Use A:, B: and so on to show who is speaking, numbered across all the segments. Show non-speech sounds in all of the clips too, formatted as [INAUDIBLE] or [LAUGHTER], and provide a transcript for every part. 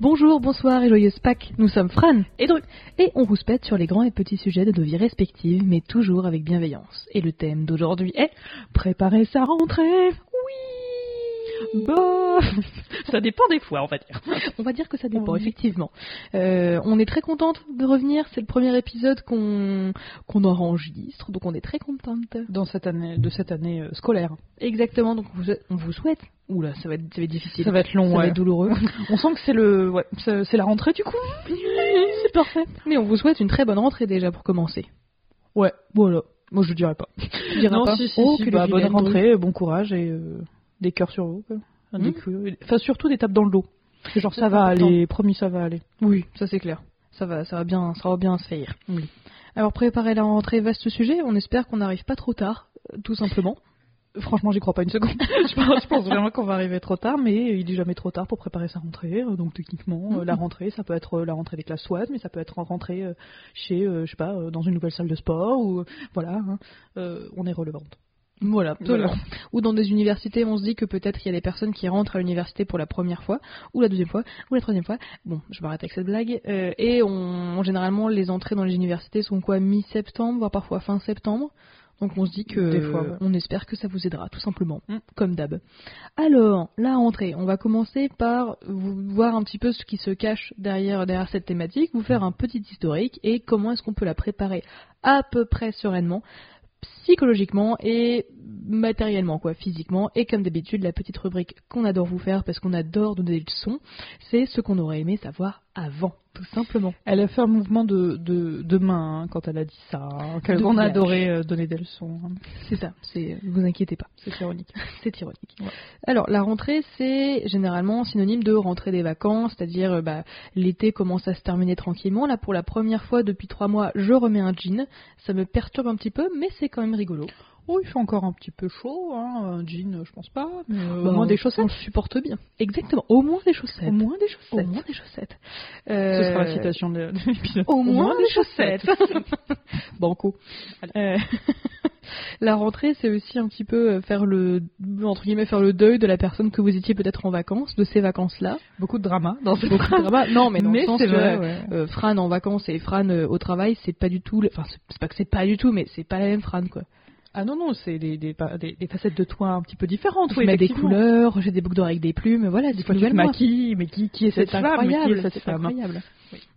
A: Bonjour, bonsoir et joyeuse Pâques, nous sommes Fran et Dru, et on rouspète sur les grands et petits sujets de nos vies respectives, mais toujours avec bienveillance. Et le thème d'aujourd'hui est Préparer sa rentrée Oui Bof Ça dépend des fois, on va dire. On va dire que ça dépend,
B: Oui.
A: effectivement. Euh, on est très contente de revenir, c'est le premier épisode qu'on qu'on enregistre, donc on est très contente.
B: dans cette année, de cette année euh, scolaire.
A: Exactement, donc on vous- on vous souhaite. Oula, ça va être, ça va être difficile.
B: Ça va être long,
A: Ça va
B: ouais.
A: être douloureux.
B: On sent que c'est le, ouais, c'est c'est la rentrée du coup.
A: C'est parfait. Mais on vous souhaite une très bonne rentrée déjà pour commencer.
B: Ouais, voilà. Moi je dirais pas.
A: Tu diras pas
B: oh,
A: que les
B: bah, bonne
A: vilaines
B: rentrée, bon courage et euh, des cœurs sur vous. quoi. Enfin, des
A: Hmm.
B: cœurs- Enfin surtout des tapes dans le dos. C'est Genre
A: C'est
B: ça va
A: important.
B: aller, promis ça va aller.
A: bruits. Oui, ça c'est clair. Ça va, ça va bien, ça va bien se faire.
B: Oui.
A: Alors préparer la rentrée, vaste sujet. On espère qu'on n'arrive pas trop tard, euh, tout simplement.
B: [LAUGHS] Franchement, j'y crois pas une [LAUGHS] seconde. je, pense, je pense vraiment qu'on va arriver trop tard, mais il est jamais trop tard pour préparer sa rentrée. Euh, Donc techniquement, euh, la rentrée, ça peut être euh, la rentrée des classes SWAT, mais ça peut être en rentrée euh, chez, euh, je sais pas, euh, dans une nouvelle salle de sport ou voilà. hein. Euh, on est relevante.
A: Voilà,
B: Voilà.
A: absolument. Ou dans des universités, on se dit que peut-être il y a des personnes qui rentrent à l'université pour la première fois, ou la deuxième fois, ou la troisième fois. Bon, je m'arrête avec cette blague. Euh, et on, généralement, les entrées dans les universités sont quoi Mi-septembre, voire parfois fin septembre. Donc on se dit que,
B: Des fois, ouais.
A: on espère que ça vous aidera, tout simplement,
B: Mm.
A: comme d'hab. Alors, la rentrée, on va commencer par vous voir un petit peu ce qui se cache derrière, derrière cette thématique, vous faire un petit historique et comment est-ce qu'on peut la préparer à peu près sereinement, psychologiquement et matériellement, quoi, physiquement. Et comme d'habitude, la petite rubrique qu'on adore vous faire parce qu'on adore donner le son, c'est ce qu'on aurait aimé savoir avant, tout simplement.
B: Elle a fait un mouvement de, de, de main hein, quand elle a dit ça. hein, qu'elle-
A: De
B: on a
A: village.
B: adoré euh, donner des leçons. hein.
A: C'est ça, c'est, vous inquiétez pas.
B: C'est ironique.
A: c'est ironique.
B: Ouais.
A: Alors, la rentrée, c'est généralement synonyme de rentrée des vacances, c'est-à-dire euh, bah, l'été commence à se terminer tranquillement. Là, pour la première fois depuis trois mois, je remets un jean. Ça me perturbe un petit peu, mais c'est quand même rigolo.
B: Oh, il fait encore un petit peu chaud. Hein. Un jean, je pense pas. Mais euh,
A: Bah,
B: au moins des
A: on- On
B: chaussettes.
A: le supporte bien. Exactement, au moins des chaussettes.
B: Au moins des
A: Au
B: chaussettes.
A: moins des chaussettes.
B: Ce sera
A: Euh,
B: la citation de, de l'épisode.
A: Au moins, des chaussettes. [LAUGHS] Banco.
B: Allez.
A: Euh, [LAUGHS] la rentrée, c'est aussi un petit peu euh, faire le entre guillemets faire le deuil de la personne que vous étiez peut-être en vacances, de ces
B: [LAUGHS]
A: vacances-là.
B: Beaucoup de drama dans cette
A: Beaucoup de
B: phrase.
A: drama. Non, mais dans le sens
B: c'est
A: que,
B: vrai.
A: euh, Fran en vacances et Fran euh, au travail, c'est pas du tout. le- Enfin, c'est c'est pas que c'est pas du tout, mais c'est pas la même Fran quoi.
B: Ah non, non, c'est des, des, pa- des- des facettes de toi un petit peu différentes.
A: Je
B: oui,
A: mets des
B: effectivement.
A: couleurs, j'ai des boucles d'oreilles avec des plumes, voilà.
B: Des
A: c'est
B: fois, tu te
A: nouvelle moi.
B: maquilles, mais qui, qui est cette
A: C'est
B: femme Qui est
A: incroyable,
B: cette
A: c'est
B: femme hein.
A: incroyable.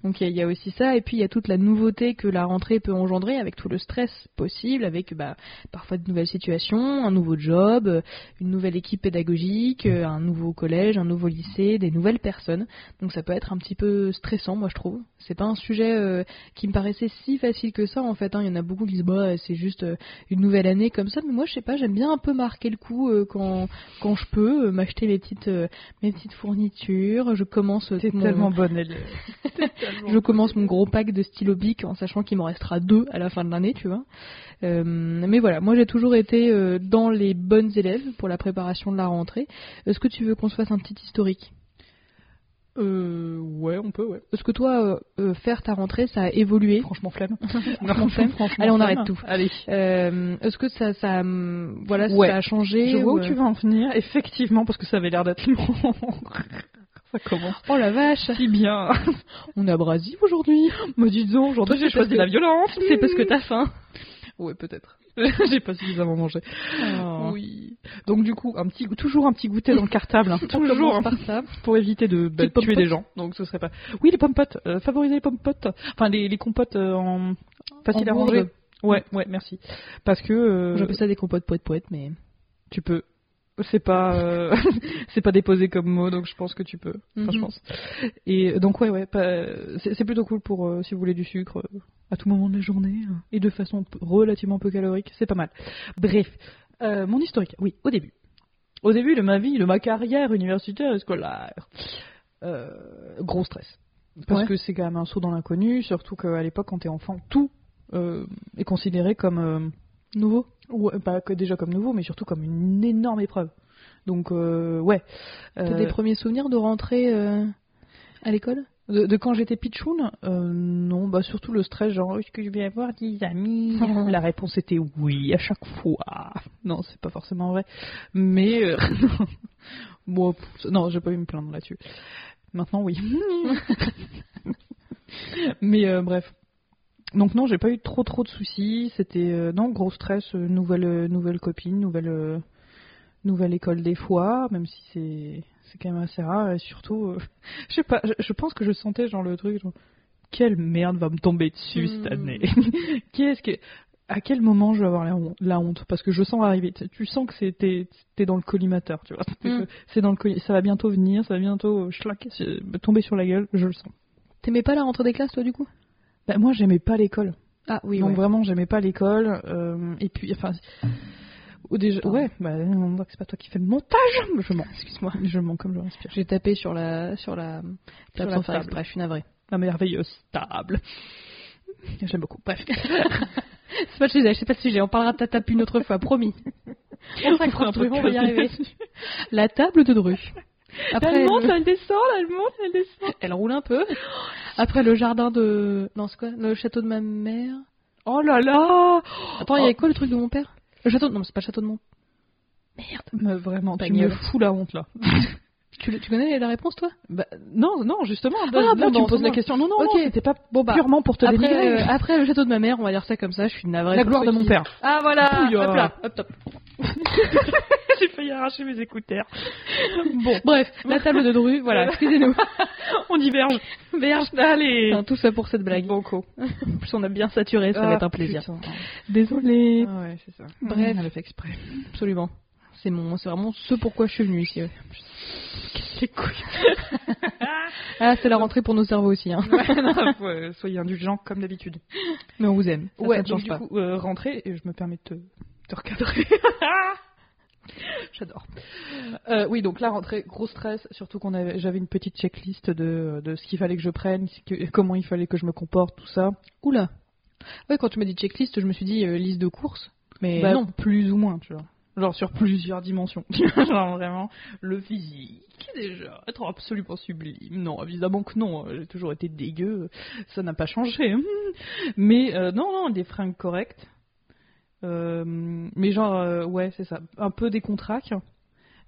A: Donc il y a- il y, a aussi ça, et puis il y a toute la nouveauté que la rentrée peut engendrer avec tout le stress possible, avec bah, parfois de nouvelles situations, un nouveau job, euh, une nouvelle équipe pédagogique, euh, un nouveau collège, un nouveau lycée, des nouvelles personnes. Donc ça peut être un petit peu stressant, moi je trouve. C'est pas un sujet euh, qui me paraissait si facile que ça en fait. hein. Il y en a beaucoup qui disent bah c'est juste euh, une nouvelle année comme ça, mais moi je sais pas, j'aime bien un peu marquer le coup euh, quand quand je peux, euh, m'acheter mes petites euh, mes petites fournitures. Je commence euh,
B: T'es
A: mon-
B: tellement bonne, elle. [LAUGHS] T'es tellement
A: je commence mon gros pack de stylo bic en sachant qu'il m'en restera deux à la fin de l'année, tu vois. Euh, mais voilà, moi j'ai toujours été euh, dans les bonnes élèves pour la préparation de la rentrée. Est-ce que tu veux qu'on se fasse un petit historique
B: Euh, ouais, on peut, ouais.
A: Est-ce que toi, euh, euh, faire ta rentrée, ça a évolué
B: Franchement, [LAUGHS] flemme.
A: Franchement, flemme.
B: franchement,
A: Allez, on
B: flemme.
A: arrête tout.
B: Allez.
A: Euh, Est-ce que ça, ça, hum, voilà,
B: Ouais.
A: ça a changé
B: Je vois
A: ou,
B: où tu
A: euh,
B: vas en venir, effectivement, parce que ça avait l'air d'être long. [LAUGHS] ça commence
A: Oh la vache,
B: si bien.
A: on est abrasif aujourd'hui. [LAUGHS]
B: Me dis donc, aujourd'hui j'ai
A: C'est parce
B: choisi
A: que-
B: la violence.
A: C'est parce que t'as faim.
B: [LAUGHS] Ouais, peut-être. [LAUGHS] j'ai pas suffisamment mangé.
A: Oh.
B: Oui. Donc du coup, un petit, toujours un petit goûter dans le cartable, hein.
A: On
B: [LAUGHS] toujours,
A: commence par ça.
B: hein, pour éviter de bah,
A: Petite pomme
B: tuer
A: pote.
B: des gens. Donc ce serait pas. Oui, les pommes potes. euh, favoriser les pommes potes. Enfin, les, les compotes euh, en facile
A: En
B: à
A: gourde.
B: manger. Ouais, ouais, merci. Parce que euh,
A: J'appelle ça des compotes poètes poètes, mais
B: tu peux. C'est pas, euh, [LAUGHS] c'est pas déposé comme mot, donc je pense que tu peux. Enfin, je
A: Mhm.
B: pense. Et donc ouais, ouais, pas- c'est c'est plutôt cool pour euh, si vous voulez du sucre euh, à tout moment de la journée hein, et de façon p- relativement peu calorique, c'est pas mal. Bref, euh, mon historique, oui, au début, au début de ma vie, de ma carrière universitaire et scolaire, euh, gros stress parce
A: Ouais.
B: que c'est quand même un saut dans l'inconnu, surtout qu'à l'époque quand t'es enfant, tout euh, est considéré comme euh,
A: nouveau.
B: ouais, pas que déjà comme nouveau, mais surtout comme une énorme épreuve. Donc euh, ouais.
A: T'as
B: Euh,
A: des premiers souvenirs de rentrée euh, à l'école
B: De, de quand j'étais pitchoun euh, Non, bah surtout le stress, genre est-ce que je vais avoir des amis La réponse était oui à chaque fois. Non, c'est pas [LAUGHS] forcément vrai. Mais euh, bon, pff, non, j'ai pas eu me plaindre là-dessus. Maintenant, oui. [LAUGHS] Mais euh, bref. Donc non, j'ai pas eu trop trop de soucis. C'était euh, non gros stress, euh, nouvelle euh, nouvelle copine, nouvelle euh, nouvelle école des fois, même si c'est c'est quand même assez rare et surtout, euh, [LAUGHS] je sais pas, je, je pense que je sentais genre le truc genre quelle merde va me tomber dessus cette
A: Hmm.
B: année. [LAUGHS] Qu'est-ce que à quel moment je vais avoir la, hon- la honte Parce que je sens arriver. Tu- Tu sens que c'est- t'es t'es dans le collimateur, tu vois. [LAUGHS]
A: Hmm.
B: C'est dans le colli- ça va bientôt venir, ça va bientôt euh, schlac, euh, me tomber sur la gueule. Je le sens.
A: T'aimais pas la rentrée des classes, toi, du coup
B: Bah, moi, j'aimais pas l'école.
A: Ah oui,
B: Donc
A: ouais.
B: vraiment, j'aimais pas l'école. euh, et puis, enfin, au déjà,
A: Pardon.
B: ouais, bah, on voit que c'est pas toi qui fais le montage. Je mens, excuse-moi. Je mens comme je respire.
A: J'ai tapé sur la sur la table
B: la
A: sans faire
B: table.
A: exprès, je suis navrée. [LAUGHS]
B: La merveilleuse stable. J'aime beaucoup. [LAUGHS] Bref.
A: C'est pas le sujet, c'est pas le sujet. On parlera de ta tape une autre fois, [LAUGHS] promis. On s'accroche, Dru, on va y arriver. [LAUGHS]
B: [LAUGHS]
A: La table de Dru. Après,
B: Elle monte,
A: le-
B: elle descend, elle monte, elle descend.
A: elle roule un peu. Après le jardin de... Non, c'est quoi Le château de ma mère
B: Oh là là
A: Attends, il y avait quoi le truc de mon père Le château... Non, c'est pas le château de mon... Merde.
B: Mais vraiment, tu me
A: Bagnole.
B: fous la honte là.
A: Tu, le- tu connais la réponse, toi
B: Bah, non, non, justement. Ah,
A: bon, bah,
B: tu me
A: on
B: poses
A: se
B: la
A: voit.
B: question. Non, non,
A: Ok.
B: non, c'était pas
A: Bon, bah,
B: purement pour te
A: Après,
B: dénigrer.
A: euh, après le château de ma mère, on va dire ça comme ça, je suis navrée.
B: la
A: pour
B: gloire de
A: ceux
B: mon
A: qui-
B: père.
A: Ah voilà,
B: Pouille,
A: hop là, hop top.
B: [LAUGHS] J'ai failli arracher mes écouteurs. [LAUGHS] Bon,
A: Bref,
B: [LAUGHS]
A: la table de Dru, voilà, excusez-nous.
B: on diverge.
A: Verge,
B: Allez.
A: Enfin, tout ça pour cette blague.
B: Banco.
A: En plus, on a bien saturé, ça va
B: Ah,
A: être un plaisir.
B: Désolée.
A: Désolée.
B: Ah ouais, c'est ça.
A: Bref.
B: Mmh. On avait fait exprès. [LAUGHS]
A: Absolument. C'est mon, c'est vraiment ce pourquoi je suis venue ici. ouais.
B: Les couilles.
A: [LAUGHS] Ah, c'est la rentrée pour nos cerveaux aussi, hein.
B: euh, soyez indulgents comme d'habitude.
A: Mais on vous aime. Ça, ça ne
B: donc,
A: change
B: du
A: pas.
B: coup, euh, rentrer, et je me permets de te, te recadrer. [LAUGHS] J'adore. Euh, oui, donc la rentrée, gros stress, surtout qu'on avait, j'avais une petite checklist de, de ce qu'il fallait que je prenne, ce que- comment il fallait que je me comporte, tout ça.
A: Oula. Ouais, quand tu m'as dit checklist, je me suis dit euh, liste de courses. Mais
B: Bah,
A: non.
B: plus ou moins, tu vois. Genre sur plusieurs dimensions. [LAUGHS] Genre vraiment, le physique, déjà, être absolument sublime. Non, évidemment que non, euh, j'ai toujours été dégueu, ça n'a pas changé. [LAUGHS] Hum. Mais euh, non, non, des fringues correctes. Euh, mais genre, euh, ouais, c'est ça. Un peu des contraques,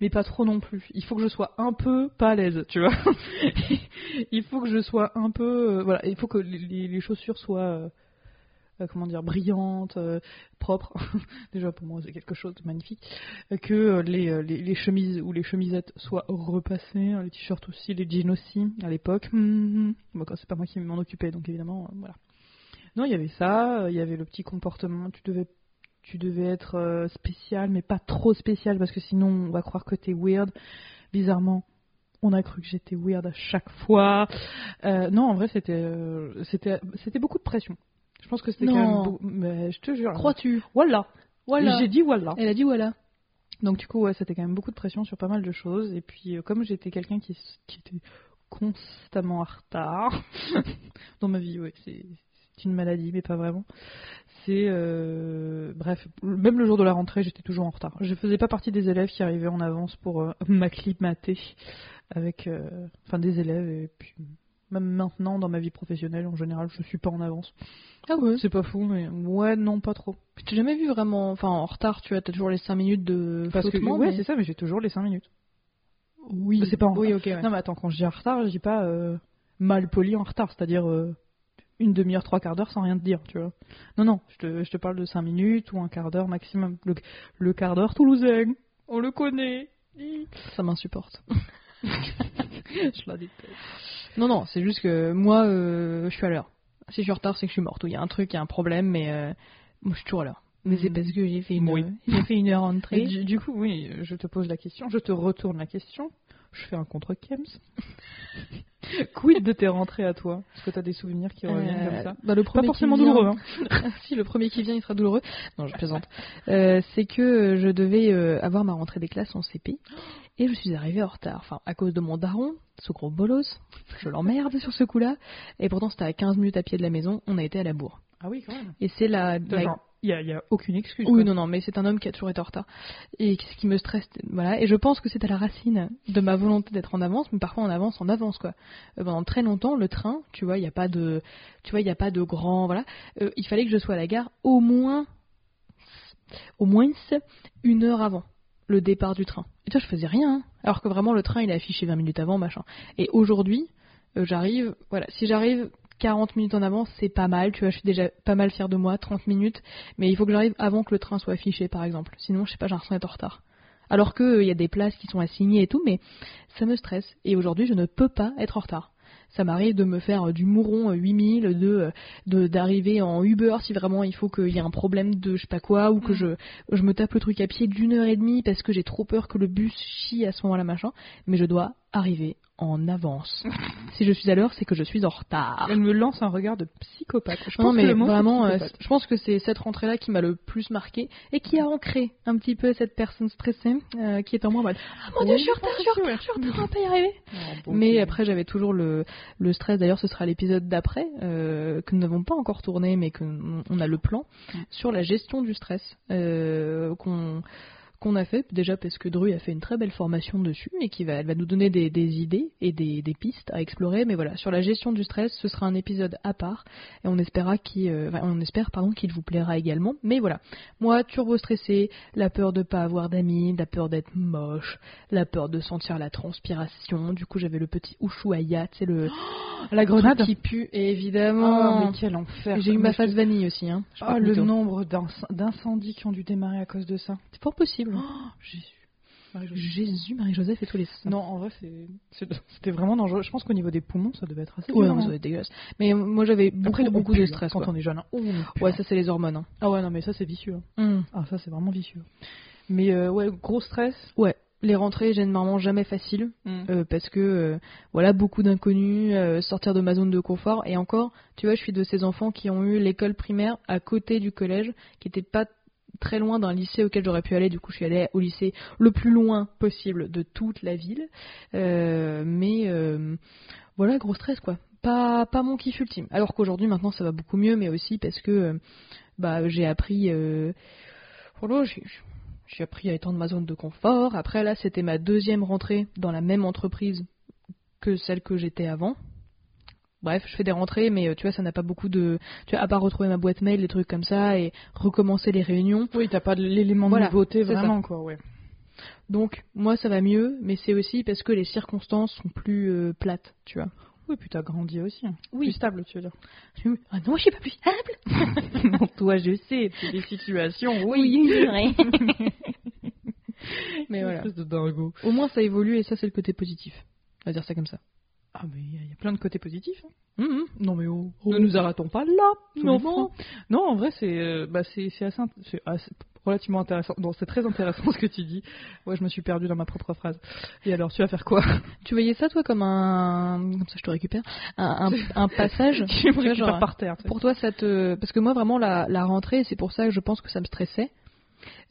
B: mais pas trop non plus. Il faut que je sois un peu pas à l'aise, tu vois. [LAUGHS] il faut que je sois un peu... euh, voilà, il faut que les, les- les chaussures soient... euh, euh, comment dire, brillantes, euh, propres [LAUGHS] déjà pour moi c'est quelque chose de magnifique, Euh, que euh, les, euh, les, les chemises ou les chemisettes soient repassées, euh, les t-shirts aussi, les jeans aussi à l'époque. Mhm. Bon, quand c'est pas moi qui m'en occupais, donc évidemment, euh, voilà. Non, il y avait ça, euh, il y avait le petit comportement, tu devais tu devais être euh, spécial, mais pas trop spécial, parce que sinon on va croire que t'es weird. Bizarrement, on a cru que j'étais weird à chaque fois. Euh, non, en vrai, c'était euh, c'était c'était beaucoup de pression. Je pense que c'était quand
A: Non.
B: même. beau- mais je te jure.
A: Crois-tu
B: Voilà.
A: Voilà.
B: J'ai dit voilà.
A: Elle a dit voilà.
B: Donc du coup, ouais, c'était quand même beaucoup de pression sur pas mal de choses. Et puis, euh, comme j'étais quelqu'un qui, s- qui était constamment en retard [LAUGHS] dans ma vie, ouais, c'est c'est une maladie, mais pas vraiment. C'est euh, bref, même le jour de la rentrée, j'étais toujours en retard. Je faisais pas partie des élèves qui arrivaient en avance pour euh, [LAUGHS] m'acclimater avec, euh, enfin, des élèves. Et puis, même maintenant, dans ma vie professionnelle, en général, je suis pas en avance.
A: Ah ouais.
B: C'est pas fou, mais ouais, non, pas trop.
A: Je t'ai jamais vu vraiment, enfin en retard, tu vois, t'as toujours les 5 minutes de
B: Parce que
A: flottement,
B: ouais,
A: mais-
B: c'est ça, mais j'ai toujours les 5 minutes.
A: oui,
B: c'est pas en-
A: oui, ok, ouais.
B: Non, mais attends, quand je dis en retard, je dis pas euh, mal poli en retard, c'est-à-dire euh, une demi-heure, trois quarts d'heure sans rien te dire, tu vois. Non, non, je te, je te parle de cinq minutes ou un quart d'heure maximum. Le, le quart d'heure toulousain, on le connaît. Hi.
A: ça m'insupporte.
B: [LAUGHS] je la déteste.
A: Non, non, c'est juste que moi, euh, je suis à l'heure. Si je suis en retard, c'est que je suis morte. Ou il y a un truc, il y a un problème, mais euh, moi, je suis toujours à l'heure. Mais c'est
B: Mhm.
A: parce que j'ai fait une, euh,
B: Oui.
A: j'ai fait une heure
B: Et
A: entrée.
B: du, du coup, oui, je te pose la question, je te retourne la question, je fais un contre-Kems. [LAUGHS] Quid de tes rentrées à toi Est-ce que t'as des souvenirs qui reviennent
A: Euh,
B: comme ça
A: bah, le
B: Pas
A: premier qui
B: forcément
A: vient-
B: douloureux, hein.
A: [LAUGHS] si le premier qui vient, il sera douloureux. Non, je
B: [LAUGHS]
A: plaisante. Euh, c'est que euh, je devais euh, avoir ma rentrée des classes en CP et je suis arrivée en retard. Enfin, à cause de mon daron, ce gros bolos, je l'emmerde sur ce coup-là. Et pourtant, c'était à 15 minutes à pied de la maison. On a été à la bourre.
B: Ah oui, quand même.
A: Et c'est la, la-
B: Genre, Bah, il y a, il y a aucune excuse.
A: Oui,
B: quoi.
A: non, non, mais c'est un homme qui a toujours été en retard. Et ce qui me stresse, voilà. Et je pense que c'est à la racine de ma volonté d'être en avance, mais parfois on avance en avance, quoi. Euh, pendant très longtemps, le train, tu vois, il n'y a pas de, tu vois, il n'y a pas de grand, voilà. Euh, il fallait que je sois à la gare au moins, au moins une heure avant le départ du train. Et toi, je faisais rien hein, alors que vraiment le train il est affiché 20 minutes avant, machin. Et aujourd'hui, euh, j'arrive, voilà, si j'arrive 40 minutes en avance, c'est pas mal, tu vois, je suis déjà pas mal fière de moi, 30 minutes, mais il faut que j'arrive avant que le train soit affiché par exemple, sinon je sais pas, j'ai l'impression d'être en retard. Alors qu'il y a des places qui sont assignées et tout, mais ça me stresse, et aujourd'hui je ne peux pas être en retard. Ça m'arrive de me faire euh, du mouron euh, 8000, de euh, de- d'arriver en Uber si vraiment il faut qu'il y ait un problème de je sais pas quoi ou que
B: Mm.
A: je je me tape le truc à pied d'une heure et demie parce que j'ai trop peur que le bus chie à ce moment-là machin. Mais je dois arriver en [LAUGHS] avance. si je suis à l'heure, c'est que je suis en retard.
B: Elle me lance un regard de psychopathe. Je
A: non
B: pense
A: mais
B: que le mot, c'est
A: vraiment, euh,
B: psychopathe.
A: je pense que c'est cette rentrée-là qui m'a le plus marqué et qui a ancré un petit peu cette personne stressée euh, qui est en moi en mode Ah, mon dieu,
B: Oui,
A: je suis en retard, je suis en
B: je
A: retard, je suis en retard, on va pas y arriver.
B: Oh, bon
A: Mais
B: Dieu.
A: après, j'avais toujours le, le stress. D'ailleurs, ce sera l'épisode d'après, euh, que nous n'avons pas encore tourné, mais que on on a le plan, sur la gestion du stress euh, qu'on qu'on a fait. Déjà parce que Dru a fait une très belle formation dessus et qui va, elle va nous donner des, des idées et des, des pistes à explorer. Mais voilà, sur la gestion du stress, ce sera un épisode à part et on espérera qu'il, euh, enfin, on espère pardon qu'il vous plaira également. Mais voilà, moi, turbo stressé, la peur de pas avoir d'amis, la peur d'être moche, la peur de sentir la transpiration. Du coup, j'avais le petit Ushuaïa, c'est le
B: la grenade.
A: truc Oh, qui pue. Et
B: Oh,
A: évidemment,
B: mais quel enfer.
A: j'ai eu ma
B: Mais
A: phase vanille aussi. Hein. Je suis
B: Ah,
A: pas
B: le
A: mytho.
B: nombre d'inc- d'incendies qui ont dû démarrer à cause de ça.
A: C'est fort possible.
B: Jésus.
A: Jésus, Marie-Joseph et tous les saints.
B: Non, en vrai, c'est- c'est- c'était vraiment dangereux. Je pense qu'au niveau des poumons, ça devait être assez
A: Ouais,
B: violent.
A: non, ça doit être dégueulasse. Mais moi j'avais beaucoup,
B: Après, on
A: beaucoup
B: pue,
A: de
B: hein,
A: stress.
B: quand
A: quoi.
B: on est jeune. hein. Oh, on pue,
A: Ouais,
B: hein.
A: ça c'est les hormones. hein. Hmm.
B: Ah ouais, non, mais ça, c'est vicieux. hein. Ah, ça, c'est vraiment vicieux. Mais euh, ouais, gros stress.
A: Ouais, les rentrées généralement jamais faciles
B: Euh,
A: euh, parce que euh, voilà beaucoup d'inconnus, euh, sortir de ma zone de confort et encore, tu vois, je suis de ces enfants qui ont eu l'école primaire à côté du collège, qui était pas très loin d'un lycée auquel j'aurais pu aller. Du coup, je suis allée au lycée le plus loin possible de toute la ville. Euh, mais euh, voilà, gros stress quoi. Pas, pas mon kiff ultime. Alors qu'aujourd'hui, maintenant, ça va beaucoup mieux, mais aussi parce que euh, bah, j'ai appris. Euh, oh là, j'ai- j'ai appris à étendre ma zone de confort. Après, là, c'était ma deuxième rentrée dans la même entreprise que celle que j'étais avant. Bref, je fais des rentrées, mais euh, tu vois, ça n'a pas beaucoup de. Tu vois, à part retrouver ma boîte mail, des trucs comme ça, et recommencer les réunions.
B: Oui, t'as pas de- l'élément
A: Voilà,
B: de nouveauté,
A: c'est
B: vraiment, quoi, ouais.
A: Donc, moi, ça va mieux, mais c'est aussi parce que les circonstances sont plus euh, plates, tu vois.
B: Oui, puis t'as grandi aussi. hein.
A: Oui.
B: Plus stable, tu veux dire.
A: Je me- Ah non, je suis pas plus stable [LAUGHS]
B: non, toi, je sais, c'est des situations,
A: Mais voilà.
B: Espèce de dingo.
A: Au moins, ça évolue, et ça, c'est le côté positif. On va dire ça comme ça.
B: Ah, mais il y a- il y a plein de côtés positifs. hein.
A: Mhm.
B: Non, mais oh,
A: Ne nous arrêtons pas là,
B: tous
A: non
B: les francs. Non, en vrai, c'est euh, bah, c'est c'est assez, int- c'est assez- relativement intéressant. Non, c'est très intéressant [LAUGHS] ce que tu dis. Ouais, je me suis perdue dans ma propre phrase. Et alors, tu vas faire quoi
A: Tu voyais ça, toi, comme un. Comme ça, je te récupère. Un, un- [LAUGHS] un passage.
B: Tu
A: Tu
B: me
A: vois, genre,
B: récupères par terre. tu sais.
A: Pour toi, ça te. Parce que moi, vraiment, la, la rentrée, c'est pour ça que je pense que ça me stressait.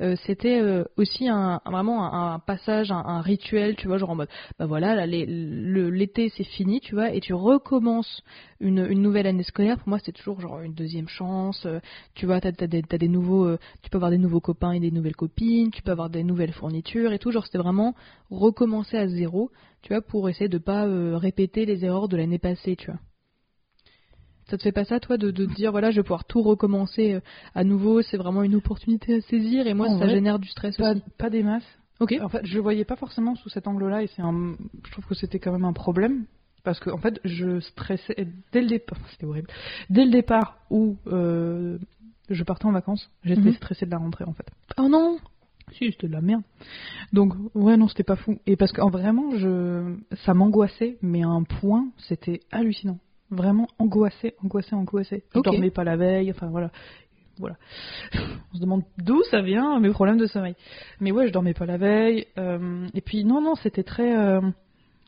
A: euh, c'était euh, aussi un, un- vraiment un, un passage, un, un rituel, tu vois, genre en mode, bah voilà, là, les- le- l'été c'est fini, tu vois, et tu recommences une, une nouvelle année scolaire. Pour moi, c'était toujours genre une deuxième chance, euh, tu vois, t'as as des, t'as des nouveaux, euh, tu peux avoir des nouveaux copains et des nouvelles copines, tu peux avoir des nouvelles fournitures et tout. Genre, c'était vraiment recommencer à zéro, tu vois, pour essayer de pas euh, répéter les erreurs de l'année passée, tu vois. Ça te fait pas ça, toi, de, de te dire, voilà, je vais pouvoir tout recommencer euh, à nouveau, c'est vraiment une opportunité à saisir, et moi,
B: En
A: ça
B: vrai,
A: génère du stress
B: Pas,
A: aussi.
B: pas des masses.
A: Ok.
B: En fait, je le voyais pas forcément sous cet angle-là, et c'est un... je trouve que c'était quand même un problème. Parce que, en fait, je stressais dès le départ. C'était horrible. Dès le départ où euh, je partais en vacances, j'étais
A: Mhm.
B: stressée de la rentrée, en fait.
A: Oh non
B: Si, c'était de la merde. Donc, ouais, non, c'était pas fou. Et parce que en, vraiment, je... ça m'angoissait, mais à un point, c'était hallucinant. Vraiment angoissé, angoissé, angoissé. Je
A: Ok.
B: dormais pas la veille, enfin voilà. Voilà. On se demande d'où ça vient, mes problèmes de sommeil. Mais ouais, je dormais pas la veille. euh, Et puis, non, non, c'était très. euh,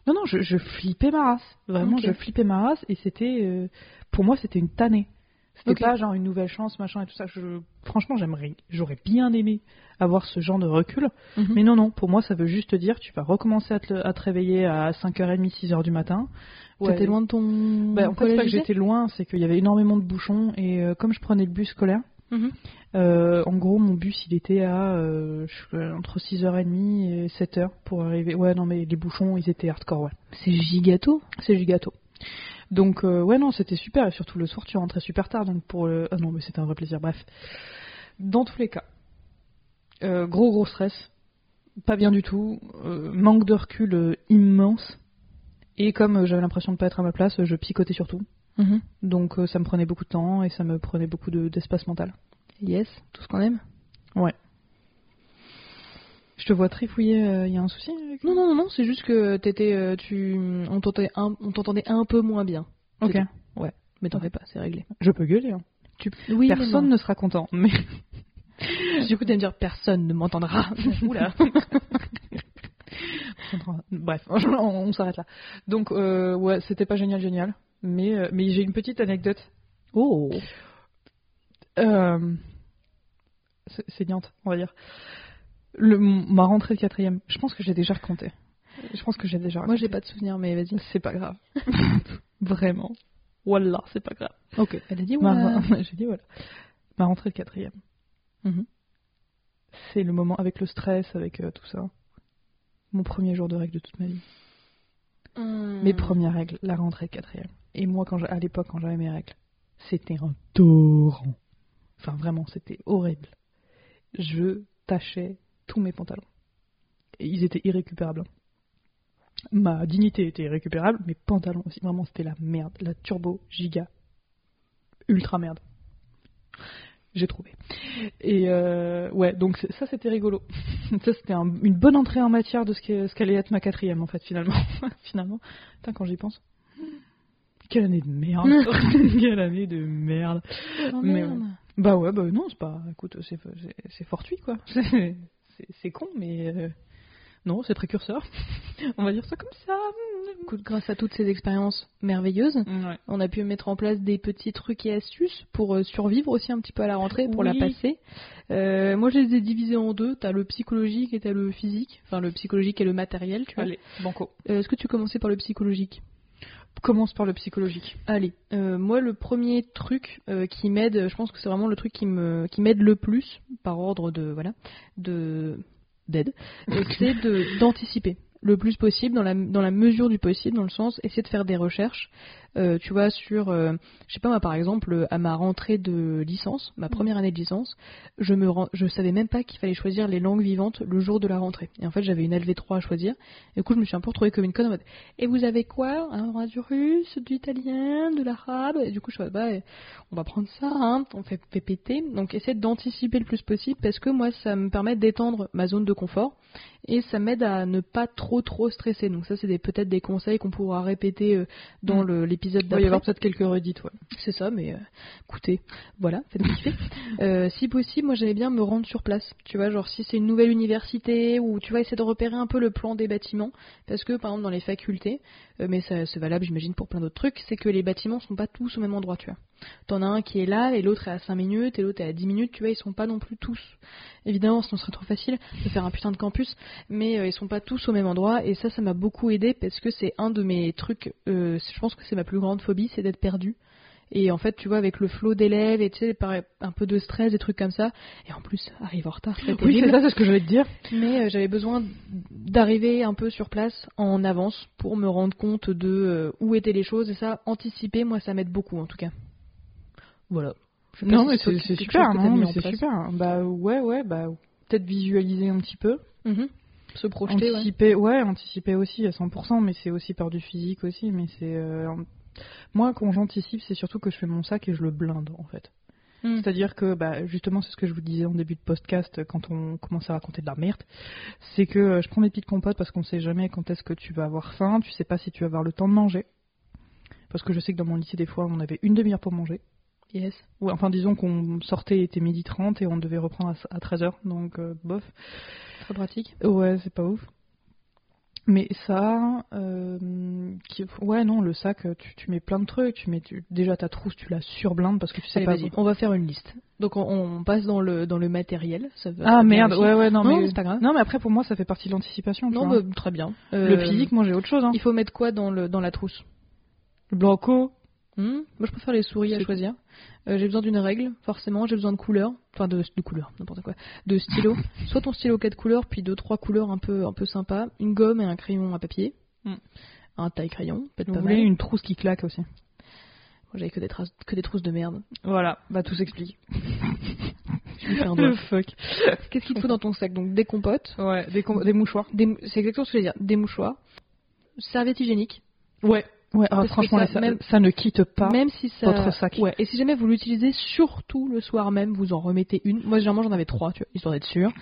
B: Non, non, je, je flippais ma race. Vraiment,
A: Ok.
B: je flippais ma race. Et c'était. euh, Pour moi, c'était une tannée. C'était
A: Ok.
B: pas genre une nouvelle chance, machin et tout ça. Je- Franchement, j'aimerais, j'aurais bien aimé avoir ce genre de recul.
A: Mhm.
B: Mais non, non, pour moi, ça veut juste dire tu vas recommencer à te, à te réveiller à 5h30, 6h du matin.
A: T'étais loin de ton
B: Bah, en fait, c'est
A: collège
B: pas que j'étais loin, c'est qu'il y avait énormément de bouchons. Et euh, comme je prenais le bus scolaire,
A: Mhm.
B: euh, en gros, mon bus, il était à euh, je- entre 6h30 et 7h pour arriver. Ouais, non, mais les bouchons, ils étaient hardcore, ouais.
A: C'est gigato.
B: C'est gigato. Donc, euh, ouais, non, c'était super. Et surtout, le soir, tu rentrais super tard. Donc, pour le... Ah non, mais c'était un vrai plaisir. Bref. Dans tous les cas, euh, gros, gros stress. pas bien du tout, euh, manque de recul euh, immense. Et comme euh, j'avais l'impression de pas être à ma place, euh, je picotais surtout.
A: Mhm.
B: Donc euh, ça me prenait beaucoup de temps et ça me prenait beaucoup de- d'espace mental.
A: Yes, tout ce qu'on aime.
B: Je te vois très fouillée, il y a un souci avec
A: Non, non, non, non, c'est juste que t'étais, euh, tu, on t'entendait un, on t'entendait un peu moins bien.
B: Ok.
A: C'est tout. Ouais, mais t'en fais pas, c'est réglé.
B: Je peux gueuler. hein.
A: Tu... Oui,
B: Personne ne sera content. Mais
A: Du coup, t'aimes dire personne ne m'entendra. [LAUGHS]
B: [LAUGHS]
A: Oula.
B: bref, [LAUGHS] on, on s'arrête là. Donc euh, ouais, c'était pas génial, génial. Mais euh, mais j'ai une petite anecdote.
A: Oh.
B: euh, c'est- saignante, on va dire. Le, mon- ma rentrée de quatrième, je pense que j'ai déjà raconté. Je pense que j'ai déjà
A: Moi,
B: raconté.
A: j'ai pas de souvenir, mais vas-y.
B: c'est pas grave. [LAUGHS] Vraiment. Wallah, c'est pas grave.
A: Ok. Bah, Elle a dit
B: Ma- [LAUGHS]
A: ouais.
B: j'ai dit voilà. Ma rentrée de quatrième.
A: Mhm.
B: C'est le moment avec le stress, avec euh, tout ça. Mon premier jour de règle de toute ma vie.
A: Hmm.
B: Mes premières règles, la rentrée de quatrième. Et moi, quand j'ai- à l'époque, quand j'avais mes règles, c'était un torrent. Enfin, vraiment, c'était horrible. Je tachais tous mes pantalons. Et ils étaient irrécupérables. hein. Ma dignité était irrécupérable, mes pantalons aussi. Vraiment, c'était la merde. La turbo, giga, ultra merde. J'ai trouvé. Et euh, ouais, donc c'est- ça, c'était rigolo. [LAUGHS] ça, c'était un- une bonne entrée en matière de ce qu'est- ce qu'allait être ma quatrième, en fait, finalement. [LAUGHS] finalement. Putain, quand j'y pense. Quelle année de [LAUGHS] merde. Quelle année de merde.
A: Oh,
B: Mais
A: merde.
B: Bah ouais, bah non, c'est pas. Écoute, c'est, c'est- c'est fortuit, quoi. [LAUGHS] C'est, c'est- c'est con, mais. euh, Non, c'est précurseur. [LAUGHS] On va dire ça comme ça.
A: Écoute, grâce à toutes ces expériences merveilleuses,
B: Ouais.
A: on a pu mettre en place des petits trucs et astuces pour euh, survivre aussi un petit peu à la rentrée, pour
B: Oui.
A: la passer. Euh, moi, je les ai divisés en deux. T'as le psychologique et t'as le physique. Enfin, le psychologique et le matériel, tu vois.
B: Allez, banco.
A: Euh, Est-ce que tu commençais par le psychologique
B: Commence par le psychologique.
A: Allez, euh, moi le premier truc euh, qui m'aide, je pense que c'est vraiment le truc qui me qui m'aide le plus par ordre de voilà de d'aide, euh, c'est de d'anticiper le plus possible dans la dans la mesure du possible dans le sens essayer de faire des recherches euh, tu vois sur euh, je sais pas moi par exemple euh, à ma rentrée de licence
B: Mm.
A: ma première année de licence je me ren- je savais même pas qu'il fallait choisir les langues vivantes le jour de la rentrée et en fait j'avais une LV3 à choisir et du coup je me suis un peu retrouvée comme une conne en mode, et vous avez quoi Un bras du russe, du italien, de l'arabe Et du coup, je suis bah, euh, on va prendre ça, hein, on fait, fait péter. Donc, essaie d'anticiper le plus possible parce que moi, ça me permet d'étendre ma zone de confort et ça m'aide à ne pas trop trop stresser. Donc, ça, c'est des- peut-être des conseils qu'on pourra répéter euh, dans
B: Mm.
A: le- l'épisode
B: Il va y
A: d'après.
B: avoir peut-être quelques redites, ouais.
A: C'est ça, mais euh, écoutez, voilà, faites kiffer. Euh, si possible, moi j'aimais bien me rendre sur place. Tu vois, genre si c'est une nouvelle université ou tu vas essayer de repérer un peu le plan des bâtiments, parce que par exemple dans les facultés, euh, mais ça c'est valable j'imagine pour plein d'autres trucs, c'est que les bâtiments sont pas tous au même endroit, tu vois. T'en as un qui est là et l'autre est à 5 minutes et l'autre est à 10 minutes, tu vois, ils sont pas non plus tous. Évidemment, sinon ce serait trop facile de faire un putain de campus, mais euh, ils sont pas tous au même endroit et ça, ça m'a beaucoup aidé parce que c'est un de mes trucs, euh, je pense que c'est ma plus grande phobie, c'est d'être perdu. Et en fait, tu vois, avec le flot d'élèves et tu sais, par- un peu de stress, des trucs comme ça. Et en plus, arrive en retard, c'est
B: Oui, c'est
A: terrible.
B: ça, c'est ce que j'allais te dire.
A: Mais euh, j'avais besoin d'arriver un peu sur place en avance pour me rendre compte de euh, où étaient les choses. Et ça, anticiper, moi, ça m'aide beaucoup en tout cas. Voilà. Je sais pas
B: Non,
A: si
B: mais
A: toi,
B: c'est,
A: tu-
B: c'est
A: quelque
B: super,
A: chose que t'as
B: non,
A: mis
B: mais
A: en
B: c'est
A: place.
B: super. Bah ouais, ouais, bah peut-être visualiser un petit peu.
A: Mhm. Se projeter, ouais.
B: Mm-hmm. anticiper, ouais. anticiper aussi à 100%, mais c'est aussi peur du physique aussi, mais c'est... euh, en- Moi, quand j'anticipe, c'est surtout que je fais mon sac et je le blinde, en fait.
A: Mm.
B: C'est-à-dire que, bah, justement, c'est ce que je vous disais en début de podcast, quand on commence à raconter de la merde, c'est que euh, je prends mes petites compotes parce qu'on sait jamais quand est-ce que tu vas avoir faim, tu sais pas si tu vas avoir le temps de manger. Parce que je sais que dans mon lycée, des fois, on avait une demi-heure pour manger.
A: Yes.
B: Ouais, enfin, disons qu'on sortait, il était midi 30 et on devait reprendre à, à 13h, donc euh, bof.
A: Très pratique.
B: Ouais, c'est pas ouf. Mais ça, euh, qui- ouais, non, le sac, euh, tu, tu mets plein de trucs. Tu mets, tu- déjà ta trousse, tu la surblindes parce que tu sais
A: Allez,
B: pas.
A: vas-y. On va faire une liste. Donc on, on passe dans le dans le matériel. Ça va
B: Ah
A: très bien
B: merde,
A: aussi.
B: ouais, ouais, non,
A: Non,
B: mais
A: mais c'est pas grave.
B: Non, mais après, pour moi, ça fait partie de l'anticipation. tu
A: Non,
B: vois.
A: bah, très bien.
B: Le
A: Euh,
B: physique, moi, j'ai autre chose. Hein.
A: Il faut mettre quoi dans le dans la trousse
B: Le blanco.
A: Hmm, Moi, je préfère les souris à
B: C'est-
A: choisir. Euh, j'ai besoin d'une règle, forcément. J'ai besoin de couleurs, enfin de, de couleurs, n'importe quoi, de
B: [LAUGHS]
A: stylo. Soit ton stylo quatre couleurs, puis deux trois couleurs un peu un peu sympa, une gomme et un crayon à papier,
B: Mm.
A: un taille crayon, peut-être
B: Vous
A: pas
B: voulez
A: mal.
B: une trousse qui claque aussi.
A: Moi,
B: [LAUGHS]
A: J'avais que des traces- que des trousses de merde.
B: Voilà, bah tout s'explique.
A: Je Il fait un doigt.
B: Le fuck.
A: Qu'est-ce qu'il te faut dans ton sac Donc des compotes,
B: Ouais, des, com- des mouchoirs.
A: des mou- c'est exactement ce que je voulais dire, des mouchoirs, serviettes hygiéniques,
B: Ouais. Ouais, ah,
A: Parce que
B: franchement,
A: ça-
B: là, ça,
A: même-
B: ça ne quitte pas.
A: même si ça.
B: votre sac. [LAUGHS]
A: Ouais. Et si jamais vous l'utilisez, surtout le soir même, vous en remettez une. Moi généralement j'en avais trois, tu vois, histoire d'être sûr.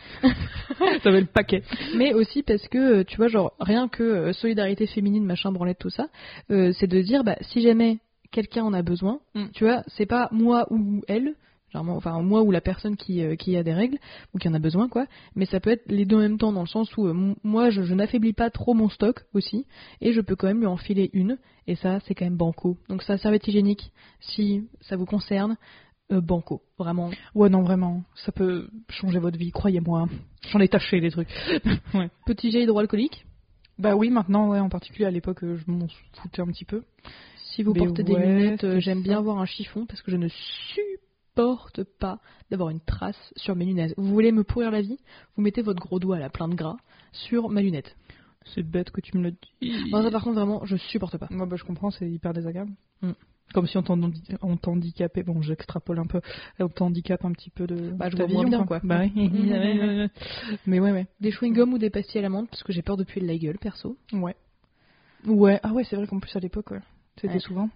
B: T'avais le paquet.
A: Mais aussi parce que, euh, tu vois, genre, rien que euh, solidarité féminine, machin, branlette, tout ça, euh, c'est de dire, bah, si jamais quelqu'un en a besoin,
B: Mm.
A: tu vois, c'est pas moi ou elle, genre, moi- enfin, moi ou la personne qui, euh, qui a des règles, ou qui en a besoin, quoi, mais ça peut être les deux en même temps, dans le sens où, euh, m- moi, je, je n'affaiblis pas trop mon stock aussi, et je peux quand même lui en filer une, et ça, c'est quand même banco. Donc, ça, serviette hygiénique, si ça vous concerne, euh, banco, vraiment.
B: Ouais, non, vraiment. Ça peut changer votre vie, croyez-moi. J'en ai taché des trucs. ouais.
A: Petit jet hydroalcoolique,
B: Bah oui, maintenant, ouais, en particulier à l'époque, euh, je m'en foutais un petit peu.
A: Si vous
B: Mais
A: portez des
B: ouais,
A: lunettes, euh,
B: c'est
A: j'aime
B: ça.
A: bien avoir un chiffon parce que je ne supporte pas d'avoir une trace sur mes lunettes. Vous voulez me pourrir la vie Vous mettez votre gros doigt là, plein de gras, sur ma lunette.
B: C'est bête que tu me le dis.
A: Moi, ça, par contre, vraiment, je supporte pas.
B: Moi, bah, je comprends, c'est hyper désagréable.
A: Mm.
B: Comme si on t'en- on t'handicapait, bon j'extrapole un peu, on t'handicape un petit peu de
A: Bah, je
B: ta
A: vois moins
B: vision,
A: bien, quoi.
B: Bah,
A: [LAUGHS]
B: oui.
A: Mm.
B: Mais ouais, ouais.
A: Des chewing-gums ou des pastilles à la menthe parce que j'ai peur de puer de la gueule, perso.
B: Ouais. Ouais, ah ouais, c'est vrai qu'en plus à l'époque, ouais. c'était
A: Ouais.
B: souvent.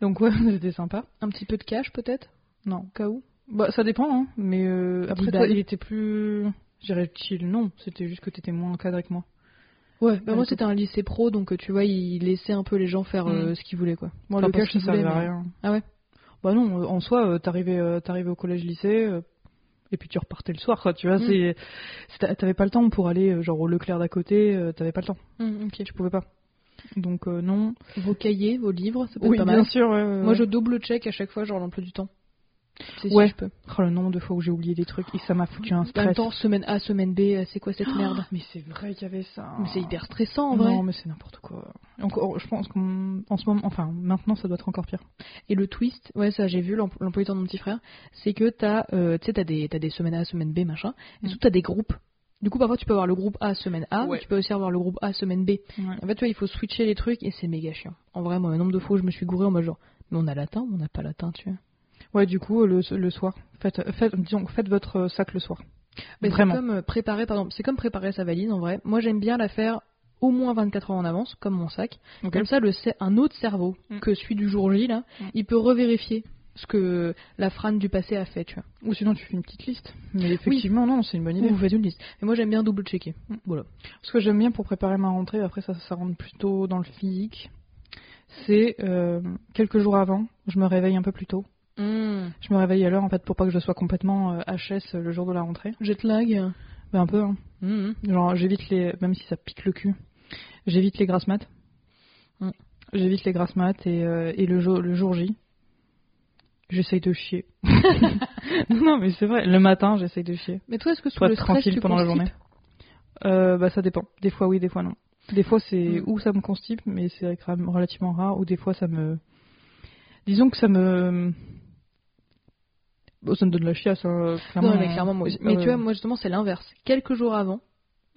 B: Donc ouais, [LAUGHS] c'était sympa.
A: Un petit peu de cash, peut-être
B: Non.
A: au cas où.
B: Bah, ça dépend, hein. Mais euh, après, toi,
A: balles.
B: il était plus. J'irais chill, non. C'était juste que t'étais moins encadré que moi.
A: Ouais, bah moi
B: D'accord.
A: c'était un lycée pro donc euh, tu vois, ils laissaient un peu les gens faire euh,
B: Mm.
A: ce qu'ils voulaient quoi. Moi
B: Enfin,
A: le
B: parce
A: cash
B: que
A: ça
B: ça servait à rien.
A: Ah ouais
B: Bah non, euh, en soi, euh, t'arrivais, euh, t'arrivais au collège-lycée, euh, et puis tu repartais le soir, quoi. Tu vois,
A: Mm.
B: c'est, c'est- t'a- t'avais pas le temps pour aller, euh, genre, au Leclerc d'à côté, euh, t'avais pas le temps. Tu pouvais pas. Donc, euh, non.
A: Vos cahiers, vos livres, ça peut
B: Oui,
A: être pas
B: bien
A: mal.
B: sûr. ouais, ouais,
A: Moi
B: ouais.
A: je double check à chaque fois genre l'emploi du temps. C'est
B: Ouais.
A: si je peux.
B: Oh, le nombre de fois où j'ai oublié des trucs, et ça m'a foutu un
A: En
B: stress. Ah,
A: même temps, semaine A, semaine B, euh, c'est quoi cette
B: Oh,
A: merde
B: Mais c'est vrai qu'il y avait ça.
A: Mais c'est hyper stressant en vrai.
B: Non, mais c'est n'importe quoi. Encore, je pense qu'en en ce moment, enfin, maintenant, ça doit être encore pire.
A: Et le twist, ouais, ça j'ai vu l'emploi l'emploi du temps de mon petit frère, c'est que t'as euh, tu sais, t'as des, t'as des semaines A, semaine B, machin, et
B: Mm.
A: surtout t'as des groupes. Du coup, parfois tu peux avoir le groupe A, semaine A,
B: Ouais.
A: mais tu peux aussi avoir le groupe A, semaine B. En fait, tu vois, il faut switcher les trucs et c'est méga chiant. En vrai, moi, le nombre de fois où je me suis gouré en mode genre, mais on a latin ou on n'a pas latin, tu vois.
B: Ouais, du coup, le, le soir. Faites, faites, disons, faites votre sac le soir.
A: Mais c'est
B: Vraiment.
A: comme euh, préparer, pardon, c'est comme préparer sa valise en vrai. Moi, j'aime bien la faire au moins 24 heures en avance, comme mon sac. Comme ça, le cer- un autre cerveau
B: Mm.
A: que celui du jour J, là,
B: Mm.
A: il peut revérifier ce que la frane du passé a fait, tu vois.
B: Ou sinon, tu fais une petite liste. Mais effectivement, non, c'est une bonne idée.
A: Ou vous faites une liste. Et moi, j'aime bien double-checker.
B: Mm.
A: Voilà.
B: Ce que j'aime bien pour préparer ma rentrée, après ça, ça rentre plutôt dans le physique, c'est euh, quelques jours avant, je me réveille un peu plus tôt.
A: Mm.
B: Je me réveille à l'heure, en fait, pour pas que je sois complètement euh, HS le jour de la rentrée.
A: Jet lag.
B: Ben, un peu, hein.
A: Mm.
B: Genre, j'évite les. Même si ça pique le cul, j'évite les grasses maths.
A: Mm.
B: J'évite les grasses maths et, euh, et le, jour, le jour J, j'essaye
A: [LAUGHS]
B: de chier. [LAUGHS] non, mais c'est vrai, le matin, j'essaye de chier.
A: Mais toi, est-ce que sous
B: Soit
A: le stress,
B: tranquille
A: tu
B: pendant la
A: constipes
B: journée. Euh, bah, ça dépend. Des fois, oui, des fois, non. Des fois, c'est
A: Mm.
B: où ça me constipe, mais c'est quand même relativement rare, ou des fois, ça me. Disons que ça me. Bon, ça me donne la chiasse, hein, clairement.
A: Non, mais clairement, moi aussi. Euh, Mais
B: Ouais,
A: tu vois, moi, justement, c'est l'inverse. Quelques jours avant,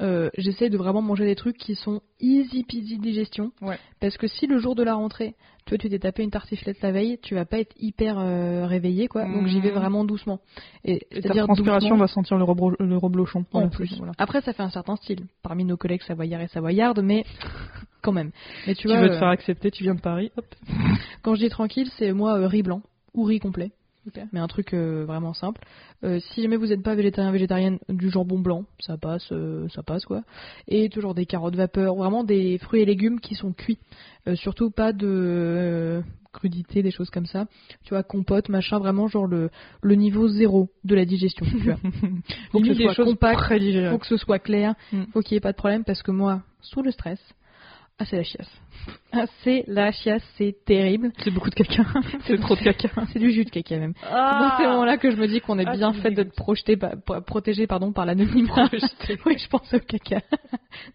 A: euh, j'essaie de vraiment manger des trucs qui sont easy peasy digestion.
B: Ouais.
A: Parce que si le jour de la rentrée, tu vois, tu t'es tapé une tartiflette la veille, tu vas pas être hyper euh, réveillé, quoi. Donc, j'y vais
B: Mhm.
A: vraiment doucement. Et,
B: Et ta
A: c'est-à-dire
B: transpiration
A: doucement,
B: va sentir le, rebro- le reblochon.
A: en
B: Voilà,
A: plus.
B: c'est- voilà.
A: Après, ça fait un certain style parmi nos collègues savoyards et savoyardes, mais [LAUGHS] quand même. Mais tu
B: Tu,
A: vois,
B: veux te
A: euh,
B: faire accepter, tu viens de Paris, hop. [LAUGHS]
A: quand je dis tranquille, c'est moi euh, riz blanc ou riz complet.
B: Ok.
A: Mais un truc euh, vraiment simple. Euh, si jamais vous n'êtes pas végétarien, végétarienne, du jambon blanc, ça passe, euh, ça passe quoi. Et toujours des carottes vapeur, vraiment des fruits et légumes qui sont cuits. Euh, surtout pas de euh, crudité, des choses comme ça. Tu vois, compote, machin, vraiment genre le, le niveau zéro de la digestion. Tu vois. Faut que ce
B: Limite
A: soit compact,
B: très
A: Il
B: légères.
A: faut que ce soit clair,
B: Mm.
A: faut qu'il n'y ait pas de problème parce que moi, sous le stress, ah c'est la chiasse. [LAUGHS] Ah, c'est la chiasse, c'est terrible.
B: C'est beaucoup
A: [LAUGHS]
B: de caca. c'est trop de caca.
A: C'est du jus de caca même. C'est dans ces [LAUGHS] moments-là que je me dis qu'on est
B: Ah,
A: bien
B: tu me
A: fait d'être projeté, par- pro- protégé pardon, par l'anonymat. [LAUGHS] oui, je pense au caca.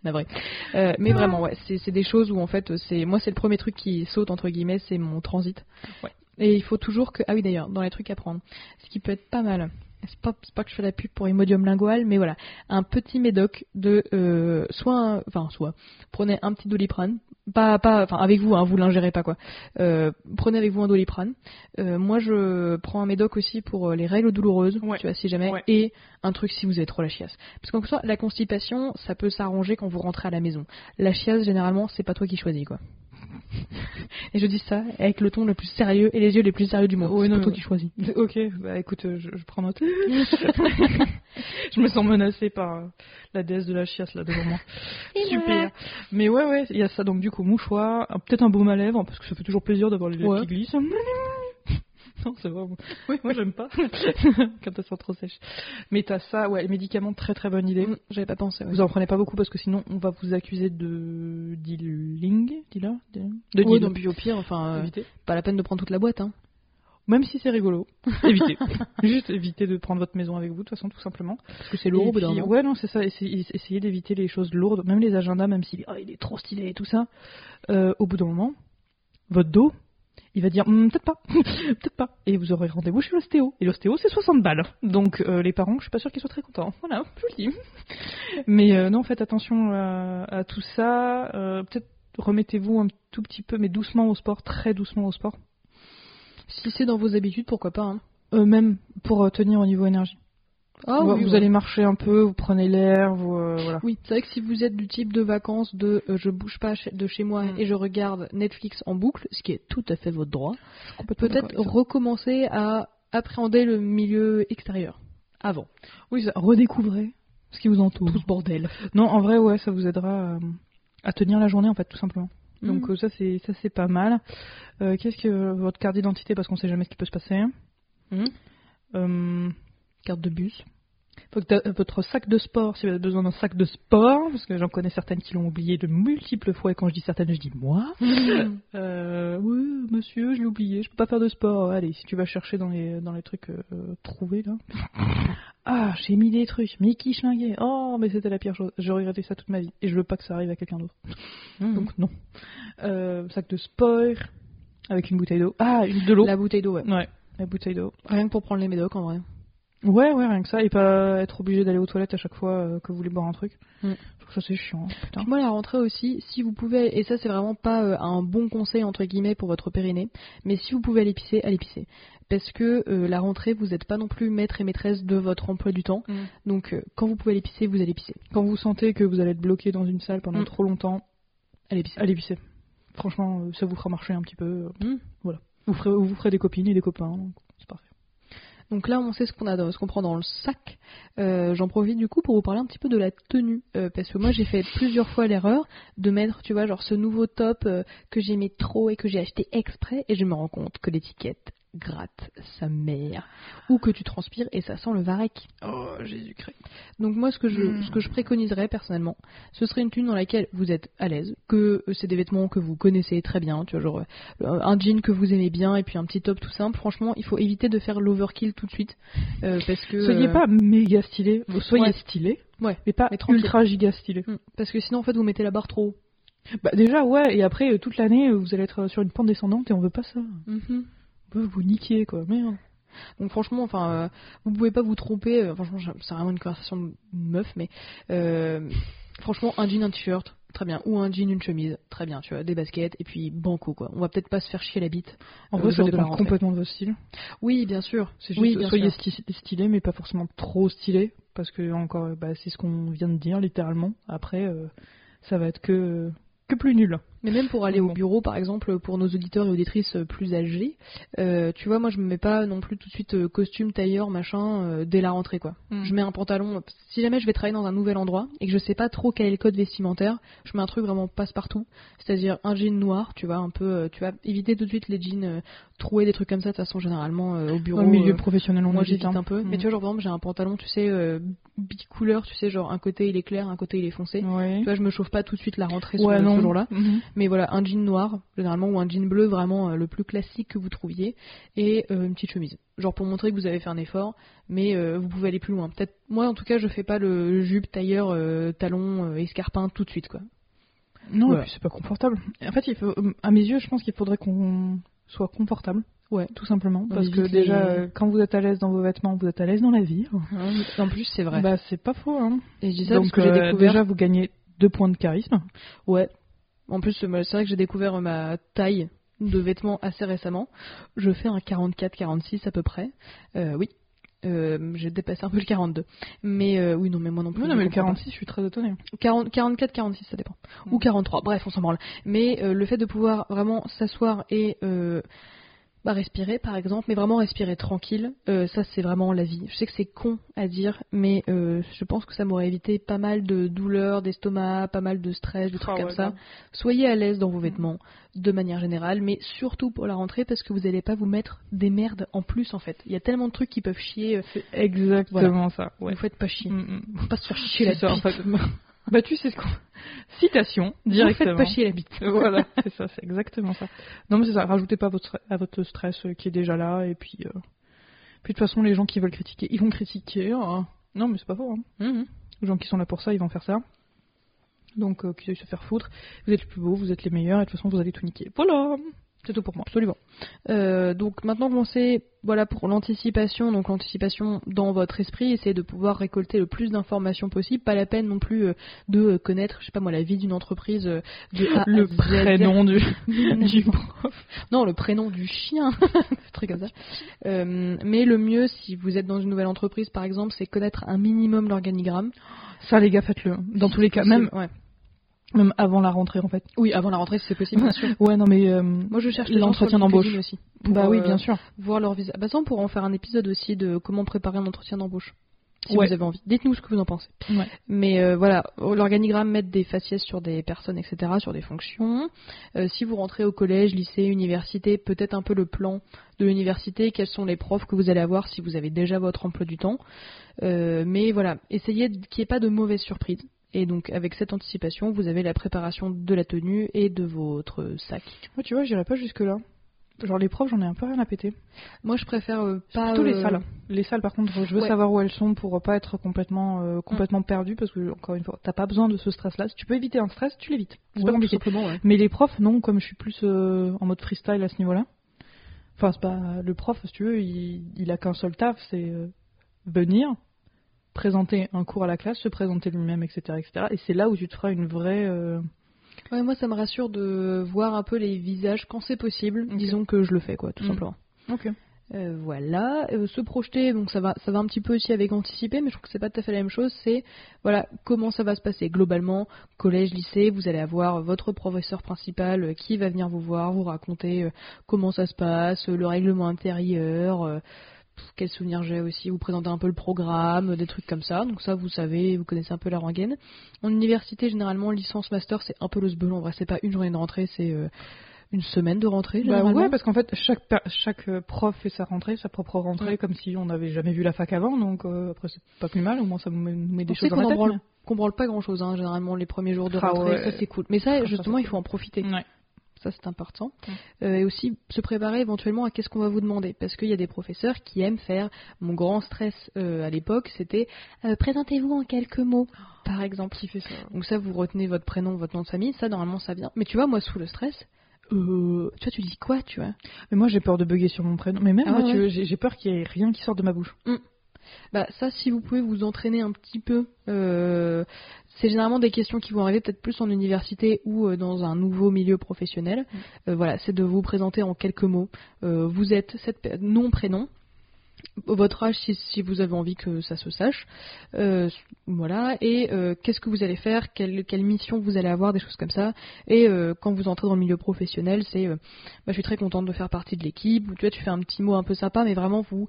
A: Navré. Euh, mais vraiment, ouais, c'est c'est des choses où en fait, c'est moi c'est le premier truc qui saute entre guillemets, c'est mon transit.
B: Ouais.
A: Et il faut toujours que ah oui d'ailleurs dans les trucs à prendre, ce qui peut être pas mal. c'est pas, c'est pas que je fais la pub pour Imodium Lingual, mais voilà, un petit médoc de euh, soit, un- enfin soit, prenez un petit doliprane, pas, pas, enfin avec vous, hein, vous l'ingérez pas quoi. Euh, prenez avec vous un doliprane. Euh, moi, je prends un médoc aussi pour euh, les règles douloureuses,
B: Ouais.
A: tu vois, si jamais,
B: Ouais.
A: et un truc si vous avez trop la chiasse. Parce qu'en soit, la constipation, ça peut s'arranger quand vous rentrez à la maison. La chiasse, généralement, c'est pas toi qui choisis quoi. [LAUGHS] et je dis ça avec le ton le plus sérieux et les yeux les plus sérieux du monde.
B: Ouais,
A: c'est
B: non,
A: pas toi
B: mais-
A: qui choisis.
B: [LAUGHS] Ok, bah écoute, euh, je, je prends note. [LAUGHS] je me sens menacée par euh, la déesse de la chiasse là devant moi.
A: Et
B: Super.
A: voilà.
B: Mais ouais, ouais, il y a ça donc du coup mouchoir, un- peut-être un baume à lèvres parce que ça fait toujours plaisir d'avoir les lèvres
A: Ouais.
B: qui glissent. [LAUGHS] Non, c'est vrai. moi- Oui, moi j'aime pas [LAUGHS] quand elles sont trop sèches. Mais t'as ça, ouais, les médicaments, très très bonne idée.
A: Mm, J'avais pas pensé. ouais.
B: Vous en prenez pas beaucoup parce que sinon on va vous accuser de dealing, dealer, dealer de
A: Oui,
B: deal.
A: non, puis au pire, enfin, euh,
B: Évitez.
A: pas la peine de prendre toute la boîte. Hein.
B: Même si c'est rigolo, évitez. [LAUGHS] Juste évitez de prendre votre maison avec vous, de toute façon, tout simplement.
A: Parce que c'est
B: Et
A: lourd au bout
B: puis,
A: d'un moment.
B: ouais, non, c'est ça. Essayez, essayez d'éviter les choses lourdes, même les agendas, même si ah, il est trop stylé et tout ça. Euh, au bout d'un moment, votre dos, il va dire Hmm, peut-être pas, [LAUGHS] peut-être pas. Et vous aurez rendez-vous chez l'ostéo. Et l'ostéo, c'est 60 balles. Donc euh, les parents, je suis pas sûr qu'ils soient très contents. [LAUGHS] Voilà, je vous le dis. Mais euh, non, faites attention à, à tout ça. Euh, peut-être remettez-vous un tout petit peu, mais doucement au sport, très doucement au sport.
A: Si c'est dans vos habitudes, pourquoi pas. Hein.
B: Euh, même pour euh, tenir au niveau énergie.
A: Ah,
B: vous
A: oui,
B: vous
A: ouais.
B: allez marcher un peu, vous prenez l'air, vous euh, voilà.
A: Oui, c'est vrai que si vous êtes du type de vacances de euh, je bouge pas chez- de chez moi
B: Mm.
A: et je regarde Netflix en boucle, ce qui est tout à fait votre droit,
B: Complètement d'accord
A: peut-être
B: avec ça.
A: recommencer à appréhender le milieu extérieur avant.
B: Oui, ça- redécouvrez ce qui vous entoure.
A: Mm. Tout ce bordel.
B: Non, en vrai, ouais, ça vous aidera euh, à tenir la journée, en fait, tout simplement. Donc
A: Mm.
B: euh, ça, c'est ça c'est pas mal. Euh, Qu'est-ce que votre carte d'identité, parce qu'on sait jamais ce qui peut se passer. hein.
A: Mhm.
B: Euh, carte de bus. Faut que t'a- votre sac de sport, si vous avez besoin d'un sac de sport, parce que j'en connais certaines qui l'ont oublié de multiples fois, et quand je dis certaines, je dis moi.
A: Mm.
B: Euh, oui, monsieur, je l'ai oublié, je peux pas faire de sport. Allez, si tu vas chercher dans les, dans les trucs euh, euh,
A: [LAUGHS]
B: trouvés, là. Ah, j'ai mis des trucs, Mickey schlingué. Oh, mais c'était la pire chose. J'ai regretté ça toute ma vie. Et je veux pas que ça arrive à quelqu'un d'autre.
A: Mm.
B: Donc, non. Euh, sac de sport, avec une bouteille d'eau. Ah, une de l'eau.
A: la bouteille d'eau, ouais.
B: Ouais, la bouteille d'eau.
A: Mm. Rien que pour prendre les médocs en vrai.
B: Ouais, ouais, rien que ça. Et pas être obligé d'aller aux toilettes à chaque fois euh, que vous voulez boire un truc.
A: Mm.
B: Je trouve ça, c'est chiant. Putain.
A: Puis moi, la rentrée aussi, si vous pouvez, et ça c'est vraiment pas euh, un bon conseil entre guillemets pour votre périnée, mais si vous pouvez aller pisser, allez pisser. Parce que euh, la rentrée, vous n'êtes pas non plus maître et maîtresse de votre emploi du temps.
B: Mm.
A: Donc euh, quand vous pouvez aller pisser, vous allez pisser.
B: Quand vous sentez que vous allez être bloqué dans une salle pendant
A: Mm.
B: trop longtemps,
A: Allez pisser.
B: allez pisser. Franchement, euh, ça vous fera marcher un petit peu. euh,
A: Mm.
B: Vous ferez, vous ferez des copines et des copains, donc c'est parfait.
A: Donc là, on sait ce qu'on a, dans- ce qu'on prend dans le sac. Euh, J'en profite du coup pour vous parler un petit peu de la tenue, Euh, parce que moi j'ai fait plusieurs fois l'erreur de mettre, tu vois, genre ce nouveau top euh, que j'aimais trop et que j'ai acheté exprès, et je me rends compte que l'étiquette gratte sa mère, ou que tu transpires et ça sent le varech.
B: Oh, Jésus-Christ.
A: Donc moi, ce que je,
B: Mm.
A: ce que je préconiserais personnellement, ce serait une tenue dans laquelle vous êtes à l'aise, que euh, c'est des vêtements que vous connaissez très bien, tu vois, genre euh, un jean que vous aimez bien et puis un petit top tout simple. Franchement, il faut éviter de faire l'overkill tout de suite, euh, parce que
B: Soyez
A: euh,
B: pas méga stylé, vous soyez
A: Ouais.
B: stylé,
A: Ouais.
B: mais pas
A: Mais tranquille.
B: ultra giga stylé.
A: hmm, parce que sinon en fait vous mettez la barre trop. haut.
B: Bah déjà, ouais, et après, euh, toute l'année, euh, vous allez être euh, sur une pente descendante et on veut pas ça. On veut vous niquer, quoi, merde.
A: Donc franchement, enfin, euh, vous pouvez pas vous tromper. euh, franchement, j'ai- c'est vraiment une conversation de meuf, mais euh, franchement, un jean, un t-shirt, très bien, ou un jean, une chemise, très bien, tu vois, des baskets et puis banco quoi. On va peut-être pas se faire chier la bite.
B: En
A: Euh,
B: vrai,
A: le
B: ça
A: genre de la
B: dépend
A: rentrée.
B: complètement de votre style.
A: Oui, bien sûr.
B: C'est
A: Oui,
B: juste,
A: bien
B: soyez
A: sûr.
B: sti- stylé, mais pas forcément trop stylé, parce que, encore, euh, bah, c'est ce qu'on vient de dire, littéralement. Après, euh, ça va être que, que plus nul.
A: Mais même pour aller au
B: Bon.
A: bureau, par exemple, pour nos auditeurs et auditrices euh, plus âgés, euh, tu vois, moi je me mets pas non plus tout de suite euh, costume, tailleur, machin, euh, dès la rentrée quoi.
B: Mm.
A: Je mets un pantalon. Si jamais je vais travailler dans un nouvel endroit et que je sais pas trop quel est le code vestimentaire, je mets un truc vraiment passe-partout, c'est-à-dire un jean noir, tu vois, un peu, euh, tu vas éviter tout de suite les jeans euh, troués, des trucs comme ça. De toute façon, généralement euh, au bureau,
B: Dans le milieu
A: euh,
B: professionnel, on
A: moi
B: évite,
A: j'évite
B: hein.
A: un peu. Mais
B: Mm.
A: tu vois, genre par exemple, j'ai un pantalon, tu sais, euh, bicouleur, tu sais, genre un côté il est clair, un côté il est foncé.
B: Mm. Ouais.
A: Tu vois, je me chauffe pas tout de suite la rentrée
B: Ouais,
A: ce,
B: non.
A: ce jour-là.
B: Mhm.
A: Mais voilà, un jean noir, généralement, ou un jean bleu, vraiment euh, le plus classique que vous trouviez, et euh, une petite chemise. Genre pour montrer que vous avez fait un effort, mais euh, vous pouvez aller plus loin. Peut-être, moi en tout cas, je fais pas le jupe, tailleur, euh, talon, euh, escarpin tout de suite, quoi.
B: Non,
A: Voilà.
B: euh, et puis c'est pas confortable. En fait, il faut, à mes yeux, je pense qu'il faudrait qu'on soit confortable Ouais, tout simplement.
A: Dans
B: Parce
A: les
B: que
A: vitres,
B: déjà,
A: les-
B: euh, quand vous êtes à l'aise dans vos vêtements, vous êtes à l'aise dans la vie.
A: En plus, c'est vrai.
B: Bah, c'est pas faux, hein.
A: et je dis ça
B: Donc,
A: parce que j'ai
B: euh,
A: découvert.
B: déjà, vous gagnez deux points de charisme.
A: Ouais. En plus, euh, c'est vrai que j'ai découvert euh, ma taille de vêtements assez récemment. Je fais un 44-46 à peu près. Euh, oui. Euh, j'ai dépassé un peu le 42. Mais euh, oui, non, mais moi non plus.
B: Oui,
A: je
B: non, mais le
A: comprends pas.
B: 46, je suis très étonnée.
A: 40 44-46, ça dépend.
B: Mm.
A: Ou 43, bref, on s'en branle. Mais euh, le fait de pouvoir vraiment s'asseoir et euh, bah, respirer, par exemple, mais vraiment respirer tranquille, euh, ça c'est vraiment la vie. Je sais que c'est con à dire, mais euh, je pense que ça m'aurait évité pas mal de douleurs d'estomac, pas mal de stress, de trucs
B: Ah ouais,
A: comme ça.
B: grave.
A: Soyez à l'aise dans vos vêtements, de manière générale, mais surtout pour la rentrée, parce que vous n'allez pas vous mettre des merdes en plus, en fait. Il y a tellement de trucs qui peuvent chier, euh,
B: C'est exactement ça.
A: vous
B: Ouais.
A: faites pas chier.
B: Mm, mm.
A: Faut pas se faire chier la
B: C'est ça, en
A: bite. [LAUGHS]
B: fait. [LAUGHS] Bah, tu sais ce qu'on. [LAUGHS] Citation,
A: Vous faites
B: directement.
A: pas chier la bite.
B: [LAUGHS] voilà, c'est ça, c'est exactement ça. Non, mais c'est ça, rajoutez pas votre, à votre stress euh, qui est déjà là, et puis. euh, Puis de toute façon, les gens qui veulent critiquer, ils vont critiquer. hein. Non, mais c'est pas faux, hein.
A: [LAUGHS] Mhm.
B: Les gens qui sont là pour ça, ils vont faire ça. Donc, euh, qu'ils aillent se faire foutre. Vous êtes les plus beaux, vous êtes les meilleurs, et de toute façon, vous allez tout niquer. Voilà C'est tout pour moi.
A: Absolument. Euh, donc maintenant qu'on sait, voilà pour l'anticipation, donc l'anticipation dans votre esprit, essayez de pouvoir récolter le plus d'informations possible. Pas la peine non plus euh, de euh, connaître, je sais pas moi, la vie d'une entreprise euh, de A à
B: Le
A: Z.
B: prénom du,
A: [LAUGHS]
B: du prof.
A: Non, le prénom du chien, [LAUGHS] un truc comme ça. Euh, mais le mieux, si vous êtes dans une nouvelle entreprise par exemple, c'est connaître un minimum l'organigramme.
B: Ça, les gars, faites-le. Dans tous les cas, même,
A: Ouais.
B: même avant la rentrée, en fait.
A: Oui, avant la rentrée, si c'est possible, bien sûr.
B: Ouais, non, mais. euh,
A: Moi, je cherche les gens sur
B: L'entretien d'embauche.
A: LinkedIn aussi. pour,
B: bah oui,
A: euh,
B: bien sûr.
A: voir leur visage. Bah ça, on pourra en faire un épisode aussi de comment préparer un entretien d'embauche. Si
B: Ouais.
A: vous avez envie. Dites-nous ce que vous en pensez.
B: Ouais.
A: Mais euh, voilà, l'organigramme, mettre des faciès sur des personnes, etc., sur des fonctions. Euh, si vous rentrez au collège, lycée, université, peut-être un peu le plan de l'université, quels sont les profs que vous allez avoir si vous avez déjà votre emploi du temps. Euh, mais voilà, essayez de- qu'il n'y ait pas de mauvaises surprises. Et donc, avec cette anticipation, vous avez la préparation de la tenue et de votre sac.
B: Moi, Ah, tu vois, j'irai pas jusque-là. Genre, les profs, j'en ai un peu rien à péter.
A: Moi, je préfère euh,
B: C'est
A: pas.
B: plutôt les
A: euh,
B: salles. Les salles, par contre, je veux
A: Ouais. Mm.
B: savoir où elles sont pour pas être complètement, euh, complètement perdu parce que, encore une fois, t'as pas besoin de ce stress-là. Si tu peux éviter un stress, tu l'évites. C'est
A: ouais,
B: pas
A: tout
B: compliqué.
A: simplement, ouais.
B: Mais les profs, non, comme je suis plus euh, en mode freestyle à ce niveau-là. Enfin, c'est pas. Le prof, si tu veux, il, il a qu'un seul taf, c'est euh, venir, présenter un cours à la classe, se présenter lui-même, etc., etc. Et c'est là où tu te feras une vraie. euh,
A: Ouais, moi ça me rassure de voir un peu les visages quand c'est possible.
B: Ok.
A: Disons que je le fais quoi, tout
B: Mm.
A: simplement. Euh, voilà, Euh, se projeter, donc ça va, ça va un petit peu aussi avec anticiper, mais je trouve que c'est pas tout à fait la même chose. C'est voilà comment ça va se passer globalement, collège, lycée, vous allez avoir votre professeur principal euh, qui va venir vous voir, vous raconter euh, comment ça se passe, euh, le règlement intérieur, euh, pff, quels souvenirs j'ai aussi, vous présenter un peu le programme, euh, des trucs comme ça. Donc ça vous savez, vous connaissez un peu la rengaine. En université généralement licence master c'est un peu le sbelon, en vrai c'est pas une journée de rentrée, c'est euh, une semaine de rentrée
B: Bah
A: généralement.
B: ouais, parce qu'en fait, chaque, per- chaque euh, prof fait sa rentrée, sa propre rentrée,
A: Ouais.
B: comme si on n'avait jamais vu la fac avant, donc euh, après, c'est pas plus mal, au moins ça nous met, nous met des
A: On sait
B: choses dans
A: qu'on
B: la
A: en
B: tête.
A: branle, qu'on branle pas grand chose, hein, généralement les premiers jours de
B: Ah
A: rentrée,
B: ouais.
A: ça c'est cool. Mais ça,
B: Ah, ça,
A: justement,
B: c'est
A: il faut en profiter.
B: mais- Ouais.
A: Ça c'est important.
B: Mm.
A: Euh, et aussi se préparer éventuellement à qu'est-ce qu'on va vous demander. Parce qu'il y a des professeurs qui aiment faire mon grand stress euh, à l'époque, c'était euh, présentez-vous en quelques mots, par exemple.
B: Qui fait ça
A: Donc ça, vous retenez votre prénom, votre nom de famille, ça normalement ça vient. Mais tu vois, moi sous le stress, euh, tu vois, tu dis quoi, tu vois
B: Mais moi, j'ai peur de bugger sur mon prénom, mais même
A: Ah
B: moi,
A: ouais.
B: tu veux, j'ai j'ai peur qu'il y ait rien qui sorte de ma bouche.
A: Bah ça, si vous pouvez vous entraîner un petit peu, euh, c'est généralement des questions qui vont arriver peut-être plus en université ou euh, dans un nouveau milieu professionnel. Euh, voilà, c'est de vous présenter en quelques mots. Euh, vous êtes cette pe- nom prénom. Votre âge, si, si vous avez envie que ça se sache, Euh, voilà. Et euh, qu'est-ce que vous allez faire, quelle, quelle mission vous allez avoir, des choses comme ça. Et euh, quand vous entrez dans le milieu professionnel, c'est, euh, bah, je suis très contente de faire partie de l'équipe. Ou tu vois, tu fais un petit mot un peu sympa, mais vraiment vous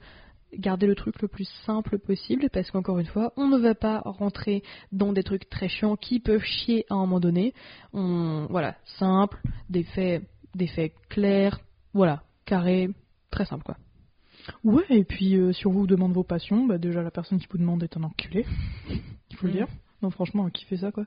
A: garder le truc le plus simple possible parce qu'encore une fois, on ne va pas rentrer dans des trucs très chiants qui peuvent chier à un moment donné. On, voilà, simple, des faits, des faits clairs, voilà, carré, très simple quoi.
B: Ouais, et puis euh, si on vous demande vos passions, bah déjà la personne qui vous demande est un enculé. [LAUGHS] Il faut le
A: Mm.
B: dire. Non, franchement, euh, qui fait ça, quoi.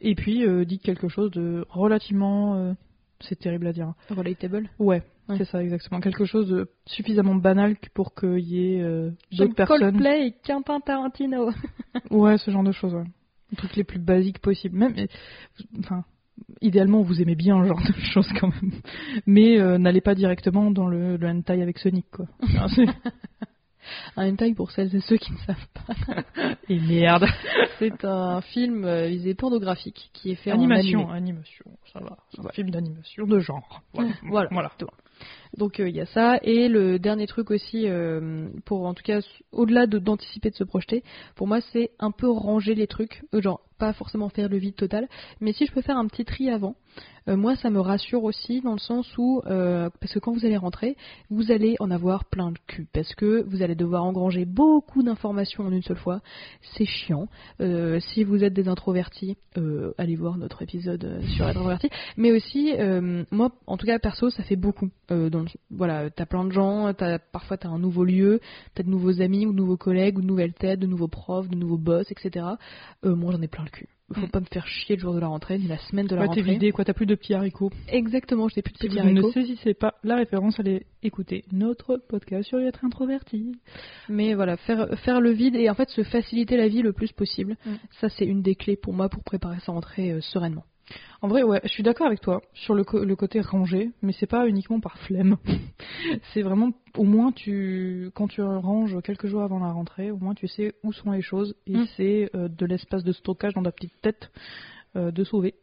B: Et puis, euh, dites quelque chose de relativement. euh, c'est terrible à dire. hein.
A: Relatable.
B: Ouais,
A: Ouais.
B: c'est ça, exactement. Quelque chose de suffisamment banal que- pour qu'il y ait euh,
A: J'aime
B: d'autres personnes.
A: Coldplay et Quentin Tarantino.
B: Ouais, ce genre de choses, ouais. Les trucs les plus basiques possibles. Même. euh, Enfin. idéalement vous aimez bien ce genre de choses quand même, mais euh, n'allez pas directement dans le, le hentai avec Sonic quoi.
A: [LAUGHS]
B: Enfin, c'est-
A: Un hentai Ah, pour celles et ceux qui ne savent pas.
B: Et [LAUGHS] merde.
A: C'est un film euh, visé pornographique qui est fait en
B: Animation,
A: animé.
B: animation, ça va. C'est un
A: Ouais.
B: film d'animation de genre. Voilà.
A: [LAUGHS] Voilà. Donc euh, il y a ça et le dernier truc aussi euh, pour en tout cas s- au-delà de d'anticiper de se projeter, pour moi c'est un peu ranger les trucs, euh, genre pas forcément faire le vide total, mais si je peux faire un petit tri avant, euh, moi ça me rassure aussi dans le sens où euh, parce que quand vous allez rentrer, vous allez en avoir plein le cul parce que vous allez devoir engranger beaucoup d'informations en une seule fois, c'est chiant. Euh, si vous êtes des introvertis, euh, allez voir notre épisode euh, sur être introverti, mais aussi euh, moi en tout cas perso ça fait beaucoup euh, dans le- voilà t'as plein de gens t'as parfois t'as un nouveau lieu t'as de nouveaux amis ou de nouveaux collègues ou de nouvelles têtes de nouveaux profs de nouveaux boss etc Euh, moi j'en ai plein le cul faut
B: Mm.
A: pas me faire chier le jour de la rentrée ni la semaine de la
B: Quoi, t'es
A: rentrée
B: vidé, quoi, t'as plus de petits haricots.
A: exactement je n'ai plus de
B: Si
A: petits
B: vous ne
A: haricots
B: saisissez pas la référence, allez écouter notre podcast sur être introverti.
A: mais voilà faire faire le vide et en fait se faciliter la vie le plus possible
B: Mm.
A: ça c'est une des clés pour moi pour préparer sa rentrée euh, sereinement
B: En vrai, ouais, je suis d'accord avec toi sur le, co- le côté rangé, mais c'est pas uniquement par flemme. [LAUGHS] c'est vraiment, au moins, tu, quand tu ranges quelques jours avant la rentrée, au moins tu sais où sont les choses et
A: Mm.
B: c'est euh, de l'espace de stockage dans ta petite tête euh, de sauver.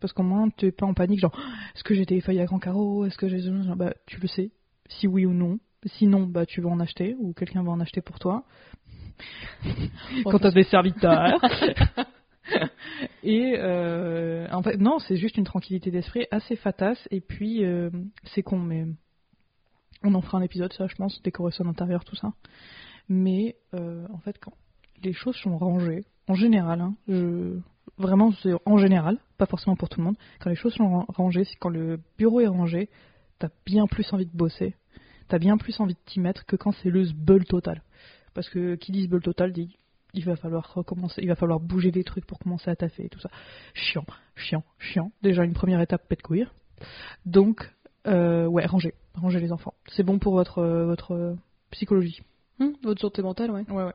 B: Parce qu'au moins, t'es pas en panique, genre, est-ce que j'ai des feuilles à grand carreau Est-ce que j'ai. Bah, tu le sais, si oui ou non. Sinon, bah, tu vas en acheter ou quelqu'un va en acheter pour toi. quand t'as des serviteurs. et euh, en fait, non, c'est juste une tranquillité d'esprit assez fatasse. Et puis, euh, c'est con, mais on en fera un épisode, ça, je pense, décoration d'intérieur, tout ça. Mais euh, en fait, quand les choses sont rangées, en général, hein, je... vraiment, c'est en général, pas forcément pour tout le monde, quand les choses sont ran- rangées, c'est quand le bureau est rangé, t'as bien plus envie de bosser, t'as bien plus envie de t'y mettre que quand c'est le zbeul total. Parce que qui dit zbeul total dit il va falloir recommencer, il va falloir bouger des trucs pour commencer à taffer et tout ça. Chiant, chiant, chiant. Déjà une première étape pète couille. Donc euh, ouais, ranger, ranger les enfants. C'est bon pour votre euh, votre euh, psychologie.
A: Hum, votre santé mentale ouais
B: Ouais ouais.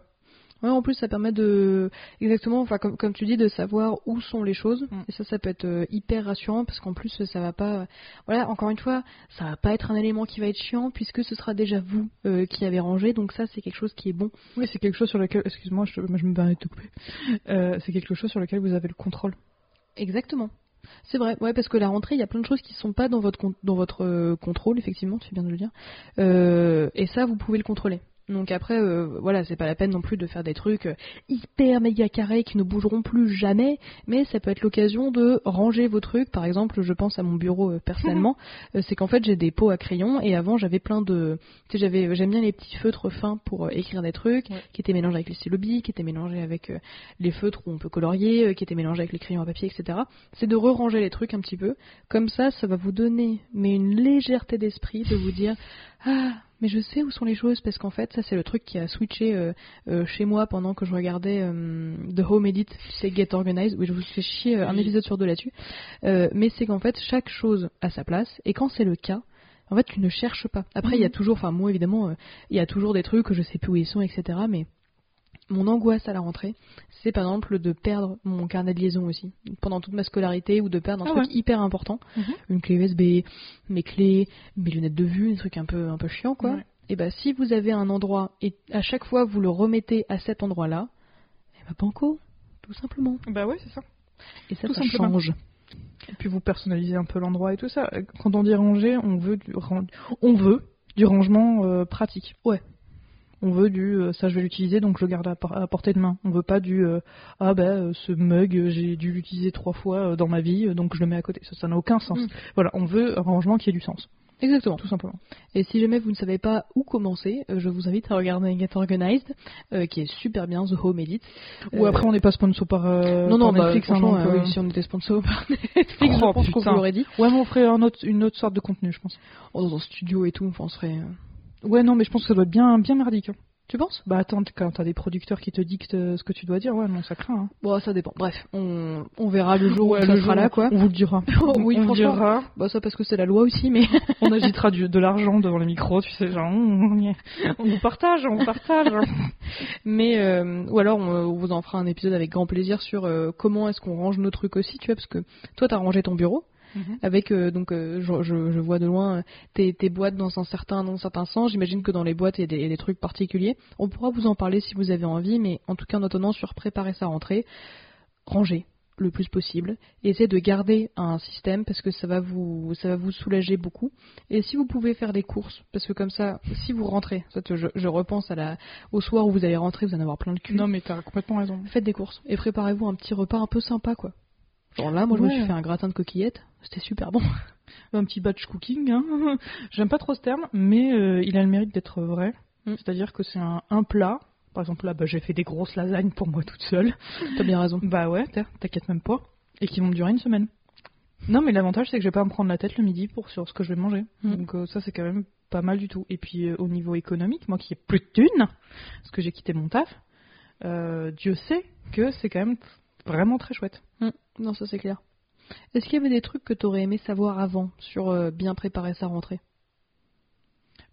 A: Ouais, en plus, ça permet de exactement, enfin comme, comme tu dis, de savoir où sont les choses.
B: Mm.
A: Et ça, ça peut être euh, hyper rassurant parce qu'en plus, ça va pas. Voilà, encore une fois, ça va pas être un élément qui va être chiant puisque ce sera déjà vous euh, qui avez rangé. Donc ça, c'est quelque chose qui est bon.
B: Oui, c'est quelque chose sur lequel excuse-moi, je, je me permets de te couper. Euh, c'est quelque chose sur lequel vous avez le contrôle.
A: Exactement. C'est vrai, ouais, parce que la rentrée, il y a plein de choses qui sont pas dans votre con- dans votre euh, contrôle, effectivement, tu fais bien de le dire. Euh, et ça, vous pouvez le contrôler. Donc après, euh, voilà, c'est pas la peine non plus de faire des trucs euh, hyper méga carrés qui ne bougeront plus jamais, mais ça peut être l'occasion de ranger vos trucs. Par exemple, je pense à mon bureau euh, personnellement, euh, c'est qu'en fait j'ai des pots à crayons et avant j'avais plein de, tu sais, j'avais j'aime bien les petits feutres fins pour euh, écrire des trucs,
B: Ouais.
A: qui étaient mélangés avec les stylos qui étaient mélangés avec euh, les feutres où on peut colorier, euh, qui étaient mélangés avec les crayons à papier, etc. C'est de re-ranger les trucs un petit peu. Comme ça, ça va vous donner mais une légèreté d'esprit de vous dire ah mais je sais où sont les choses parce qu'en fait ça c'est le truc qui a switché euh, euh, chez moi pendant que je regardais euh, The Home Edit, c'est Get Organized, où je vous fais chier euh, un
B: Oui.
A: épisode sur deux là-dessus. Euh, mais c'est qu'en fait chaque chose a sa place et quand c'est le cas en fait, tu ne cherches pas. Après, il y a
B: Mhm.
A: toujours, enfin moi évidemment, euh, il y a toujours des trucs que je sais plus où ils sont, etc. Mais mon angoisse à la rentrée, c'est par exemple de perdre mon carnet de liaison aussi, pendant toute ma scolarité, ou de perdre un
B: Ah
A: truc hyper important,
B: Mhm.
A: une clé USB, mes clés, mes lunettes de vue, des trucs un peu, un peu chiant quoi.
B: Ouais.
A: Et bah si vous avez un endroit et à chaque fois vous le remettez à cet endroit-là, et bah banco, tout simplement.
B: Bah ouais, c'est ça.
A: Et ça,
B: Tout
A: ça
B: simplement.
A: change.
B: Et puis vous personnalisez un peu l'endroit et tout ça. Quand on dit ranger, on veut du, ran- on veut du rangement euh, pratique.
A: Ouais.
B: On veut du euh, ça je vais l'utiliser donc je le garde à, por- à portée de main. On veut pas du euh, ah bah euh, ce mug euh, j'ai dû l'utiliser trois fois euh, dans ma vie euh, donc je le mets à côté. Ça ça n'a aucun sens.
A: Mm.
B: Voilà, on veut un rangement qui ait du sens,
A: Exactement.
B: tout simplement.
A: Et si jamais vous ne savez pas où commencer, euh, je vous invite à regarder Get Organized, euh, qui est super bien, The Home Edit.
B: Ou
A: Euh,
B: après on n'est pas sponsor par, euh,
A: non, non,
B: par
A: bah,
B: Netflix. hein,
A: franchement,
B: donc,
A: euh,
B: euh,
A: oui, si on était sponsor par [LAUGHS] Netflix,
B: Oh,
A: je pense qu'on vous
B: putain.
A: l'aurait dit.
B: Ouais, mais on ferait un autre- une autre sorte de contenu, je pense.
A: Oh, dans un studio et tout, enfin, on serait... euh,
B: Ouais, non, mais je pense que ça doit être bien bien merdique. hein. Tu penses Bah attends, quand t'as des producteurs qui te dictent euh, ce que tu dois dire, ouais, non, ça craint. hein.
A: Bon, ça dépend. Bref, on, on verra le jour
B: Ouais,
A: où ça
B: le
A: sera
B: jour
A: là,
B: où-
A: quoi.
B: On vous le [LAUGHS] dira.
A: [LAUGHS] Oui,
B: on vous le
A: franchement.
B: dira.
A: Bah ça parce que c'est la loi aussi, mais [LAUGHS]
B: On agitera du- de l'argent devant les micros, tu sais, genre, on, y est. on vous partage, on vous partage. hein.
A: mais euh, ou alors on, on vous en fera un épisode avec grand plaisir sur euh, comment est-ce qu'on range nos trucs aussi, tu vois, parce que toi t'as rangé ton bureau
B: Mhm.
A: avec euh, donc euh, je, je, je vois de loin euh, tes, tes boîtes dans un certain dans un certain sens. J'imagine que dans les boîtes il y, a des- il y a des trucs particuliers. On pourra vous en parler si vous avez envie, mais en tout cas en attendant sur préparer sa rentrée, ranger le plus possible et essayer de garder un système parce que ça va vous ça va vous soulager beaucoup et si vous pouvez faire des courses parce que comme ça si vous rentrez ça, je, je repense à la au soir où vous allez rentrer vous allez en avoir plein le cul
B: [LAUGHS] non, mais t'as complètement raison.
A: faites des courses et préparez-vous un petit repas un peu sympa quoi genre là moi je me
B: Ouais.
A: suis fait un gratin de coquillettes c'était super bon [LAUGHS]
B: Un petit batch cooking, hein. [LAUGHS] j'aime pas trop ce terme, mais euh, il a le mérite d'être vrai.
A: Mm.
B: C'est-à-dire que c'est un, un plat. Par exemple, là, bah, j'ai fait des grosses lasagnes pour moi toute seule.
A: t'as bien raison
B: Bah ouais, t'as- t'inquiète même pas. Et qui vont me durer une semaine. Non, mais l'avantage, c'est que je vais pas me prendre la tête le midi pour sur ce que je vais manger.
A: Mm.
B: Donc euh, ça, c'est quand même pas mal du tout. Et puis euh, au niveau économique, moi qui ai plus de thunes, parce que j'ai quitté mon taf, euh, Dieu sait que c'est quand même vraiment très chouette.
A: Non, ça c'est clair. Est-ce qu'il y avait des trucs que t'aurais aimé savoir avant sur euh, bien préparer sa rentrée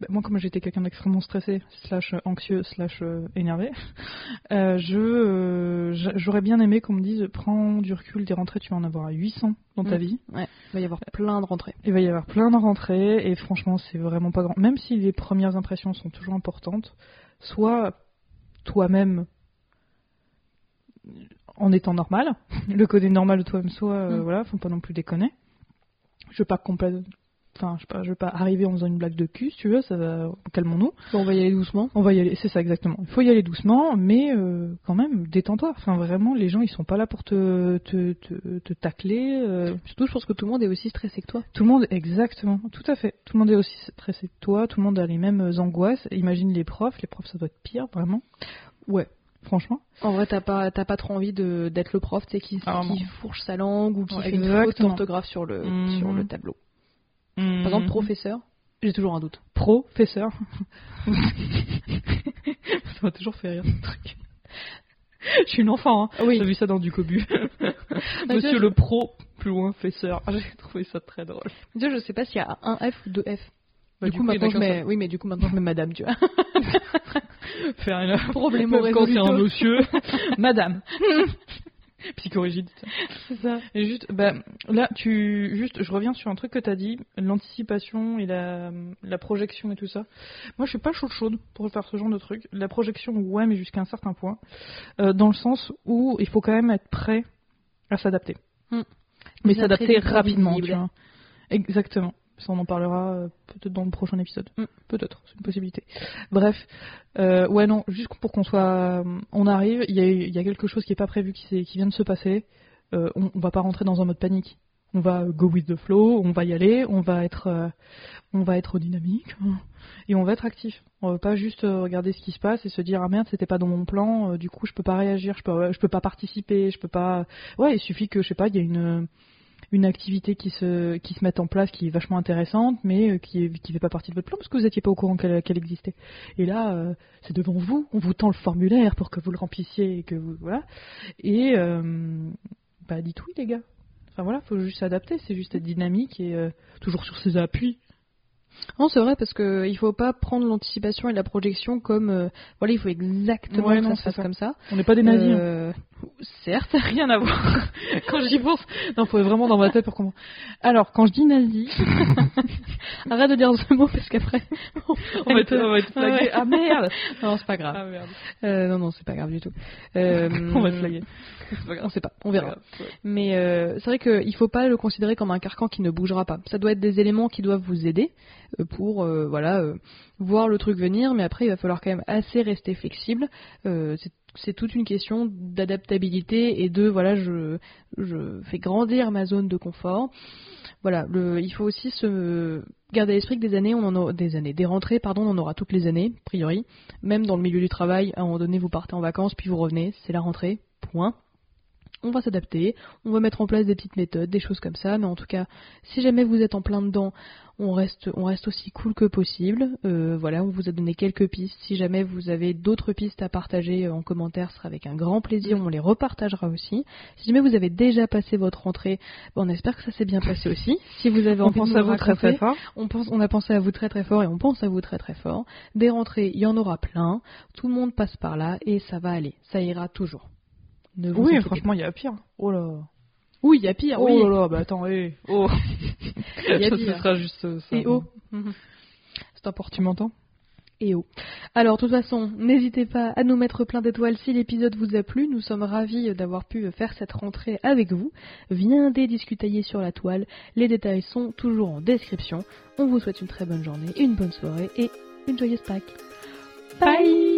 B: Bah, moi, comme j'étais quelqu'un d'extrêmement stressé, slash euh, anxieux, slash euh, énervé, [LAUGHS] euh, je euh, j'a- j'aurais bien aimé qu'on me dise prends du recul des rentrées, tu vas en avoir 800 dans ta
A: Mm.
B: vie.
A: Il va y avoir plein de rentrées.
B: Il va y avoir plein de rentrées et franchement, c'est vraiment pas grand. Même si les premières impressions sont toujours importantes, soit toi-même en étant normal, [LAUGHS] le côté normal de toi-même, soit euh,
A: Mm.
B: voilà, faut pas non plus déconner. Je veux pas compla- Enfin, je, sais pas, je veux pas arriver en faisant une blague de cul, si tu veux, ça va, calmons-nous.
A: Bon, on va y aller doucement.
B: On va y aller, c'est ça exactement. Il faut y aller doucement, mais euh, quand même, détends-toi. Enfin, vraiment, les gens, ils sont pas là pour te, te, te, te tacler. euh,
A: Surtout, je pense que tout le monde est aussi stressé que toi.
B: tout le monde, exactement, tout à fait. Tout le monde est aussi stressé que toi, tout le monde a les mêmes euh, angoisses. Imagine les profs, les profs ça doit être pire, vraiment. Ouais, franchement.
A: En vrai, t'as pas, t'as pas trop envie de- d'être le prof, tu sais, qui,
B: Ah,
A: qui fourche sa langue ou qui
B: Ouais,
A: fait une faute
B: exactement.
A: d'orthographe sur le,
B: Mhm.
A: sur le tableau. Par exemple, professeur, j'ai toujours un doute.
B: professeur. [LAUGHS] ça m'a toujours fait rire ce truc. Je suis une enfant, hein.
A: Oui, Bah,
B: J'ai vu ça dans du
A: [LAUGHS]
B: cobu. Monsieur le pro, plus loin, fesseur. Ah, J'ai trouvé ça très drôle.
A: Déjà, je sais pas s'il y a un F ou deux F.
B: Bah,
A: du, coup,
B: il y en a
A: maintenant, je
B: qu'un
A: mets... Oui, mais du coup, maintenant, je mets madame, tu vois.
B: seul. [LAUGHS] Faire une-
A: Problème
B: Même quand c'est un
A: résolu. [LAUGHS]
B: monsieur, madame. Psychorigide.
A: C'est ça.
B: Et juste, bah, là, tu, juste, je reviens sur un truc que t'as dit, l'anticipation et la, la projection et tout ça. Moi, je suis pas chaude chaude pour faire ce genre de truc. La projection, ouais, mais jusqu'à un certain point, Euh, dans le sens où il faut quand même être prêt à s'adapter.
A: Hmm.
B: Mais
A: Des
B: s'adapter
A: imprévisibles.
B: rapidement, tu vois. Exactement. Ça, on en parlera euh, peut-être dans le prochain épisode.
A: Hmm.
B: Peut-être, c'est une possibilité. Bref, euh, ouais, non, juste pour qu'on soit, euh, on arrive, il y a, il y a quelque chose qui est pas prévu, qui, s'est- qui vient de se passer. Euh, on, on va pas rentrer dans un mode panique. On va euh, go with the flow, on va y aller, on va être, euh, on va être dynamique [LAUGHS] et on va être actif. On va pas juste euh, regarder ce qui se passe et se dire ah merde c'était pas dans mon plan, euh, du coup je peux pas réagir, je peux, euh, je peux pas participer, je peux pas. Ouais, il suffit que je sais pas, il y a une euh, une activité qui se qui se mette en place qui est vachement intéressante mais euh, qui est, qui fait pas partie de votre plan parce que vous étiez pas au courant qu'elle qu'elle existait. Et là euh, c'est devant vous, on vous tend le formulaire pour que vous le remplissiez et que vous voilà. Et euh, bah dites oui les gars. Enfin voilà, faut juste s'adapter, c'est juste être dynamique et euh, toujours sur ses appuis.
A: Non, c'est vrai parce que euh, il faut pas prendre l'anticipation et la projection comme euh, voilà, il faut exactement
B: Ouais,
A: que
B: non,
A: ça se
B: c'est
A: fasse
B: ça.
A: comme ça.
B: On n'est pas des nazis. hein.
A: Euh, certes. [LAUGHS]
B: rien à voir. Euh, quand j'y pense, non, faut être vraiment dans ma tête pour comment. Alors, quand je dis nazi,
A: Arrête de dire ce mot parce qu'après
B: [LAUGHS]
A: [LAUGHS]
B: on va être, on va être
A: Ah ouais.
B: flagué. Ah merde.
A: non, c'est pas grave.
B: merde.
A: Euh, non non, c'est pas grave du tout. Euh,
B: [LAUGHS] On va être flagué.
A: On sait pas, on verra. Mais euh, c'est vrai qu'il faut pas le considérer comme un carcan qui ne bougera pas. Ça doit être des éléments qui doivent vous aider euh, pour euh, voilà euh, voir le truc venir, mais après il va falloir quand même assez rester flexible. Euh, c'est- c'est toute une question d'adaptabilité et de voilà je je fais grandir ma zone de confort. Voilà, le, il faut aussi se garder à l'esprit que des années, on en aura, des années, des rentrées, pardon, on en aura toutes les années, a priori. Même dans le milieu du travail, à un moment donné, vous partez en vacances, puis vous revenez, c'est la rentrée, point. on va s'adapter, on va mettre en place des petites méthodes, des choses comme ça, mais en tout cas, si jamais vous êtes en plein dedans, on reste, on reste aussi cool que possible. Euh, voilà, on vous a donné quelques pistes. Si jamais vous avez d'autres pistes à partager euh, en commentaire, ce sera avec un grand plaisir, on les repartagera aussi. Si jamais vous avez déjà passé votre rentrée, ben, on espère que ça s'est bien passé aussi. Si vous avez
B: On
A: envie de
B: pense
A: nous
B: à vous très
A: raconter,
B: très fort.
A: on, pense, on a pensé à vous très très fort et on pense à vous très très fort. Des rentrées, il y en aura plein. Tout le monde passe par là et ça va aller. Ça ira toujours. Ne vous
B: Oui,
A: inquiétez
B: franchement, il y a pire. Oh là.
A: pas. Oui, il y a pire.
B: Oh
A: oui.
B: là là, bah attends, hé. [LAUGHS] Oh.
A: Il y a
B: Ça,
A: pire.
B: Ce sera juste euh, ça.
A: Et oh.
B: C'est important, tu m'entends
A: Et oh. Alors, de toute façon, n'hésitez pas à nous mettre plein d'étoiles si l'épisode vous a plu. Nous sommes ravis d'avoir pu faire cette rentrée avec vous. Viendez discutailler sur la toile. Les détails sont toujours en description. On vous souhaite une très bonne journée, une bonne soirée et une joyeuse Pâques. Bye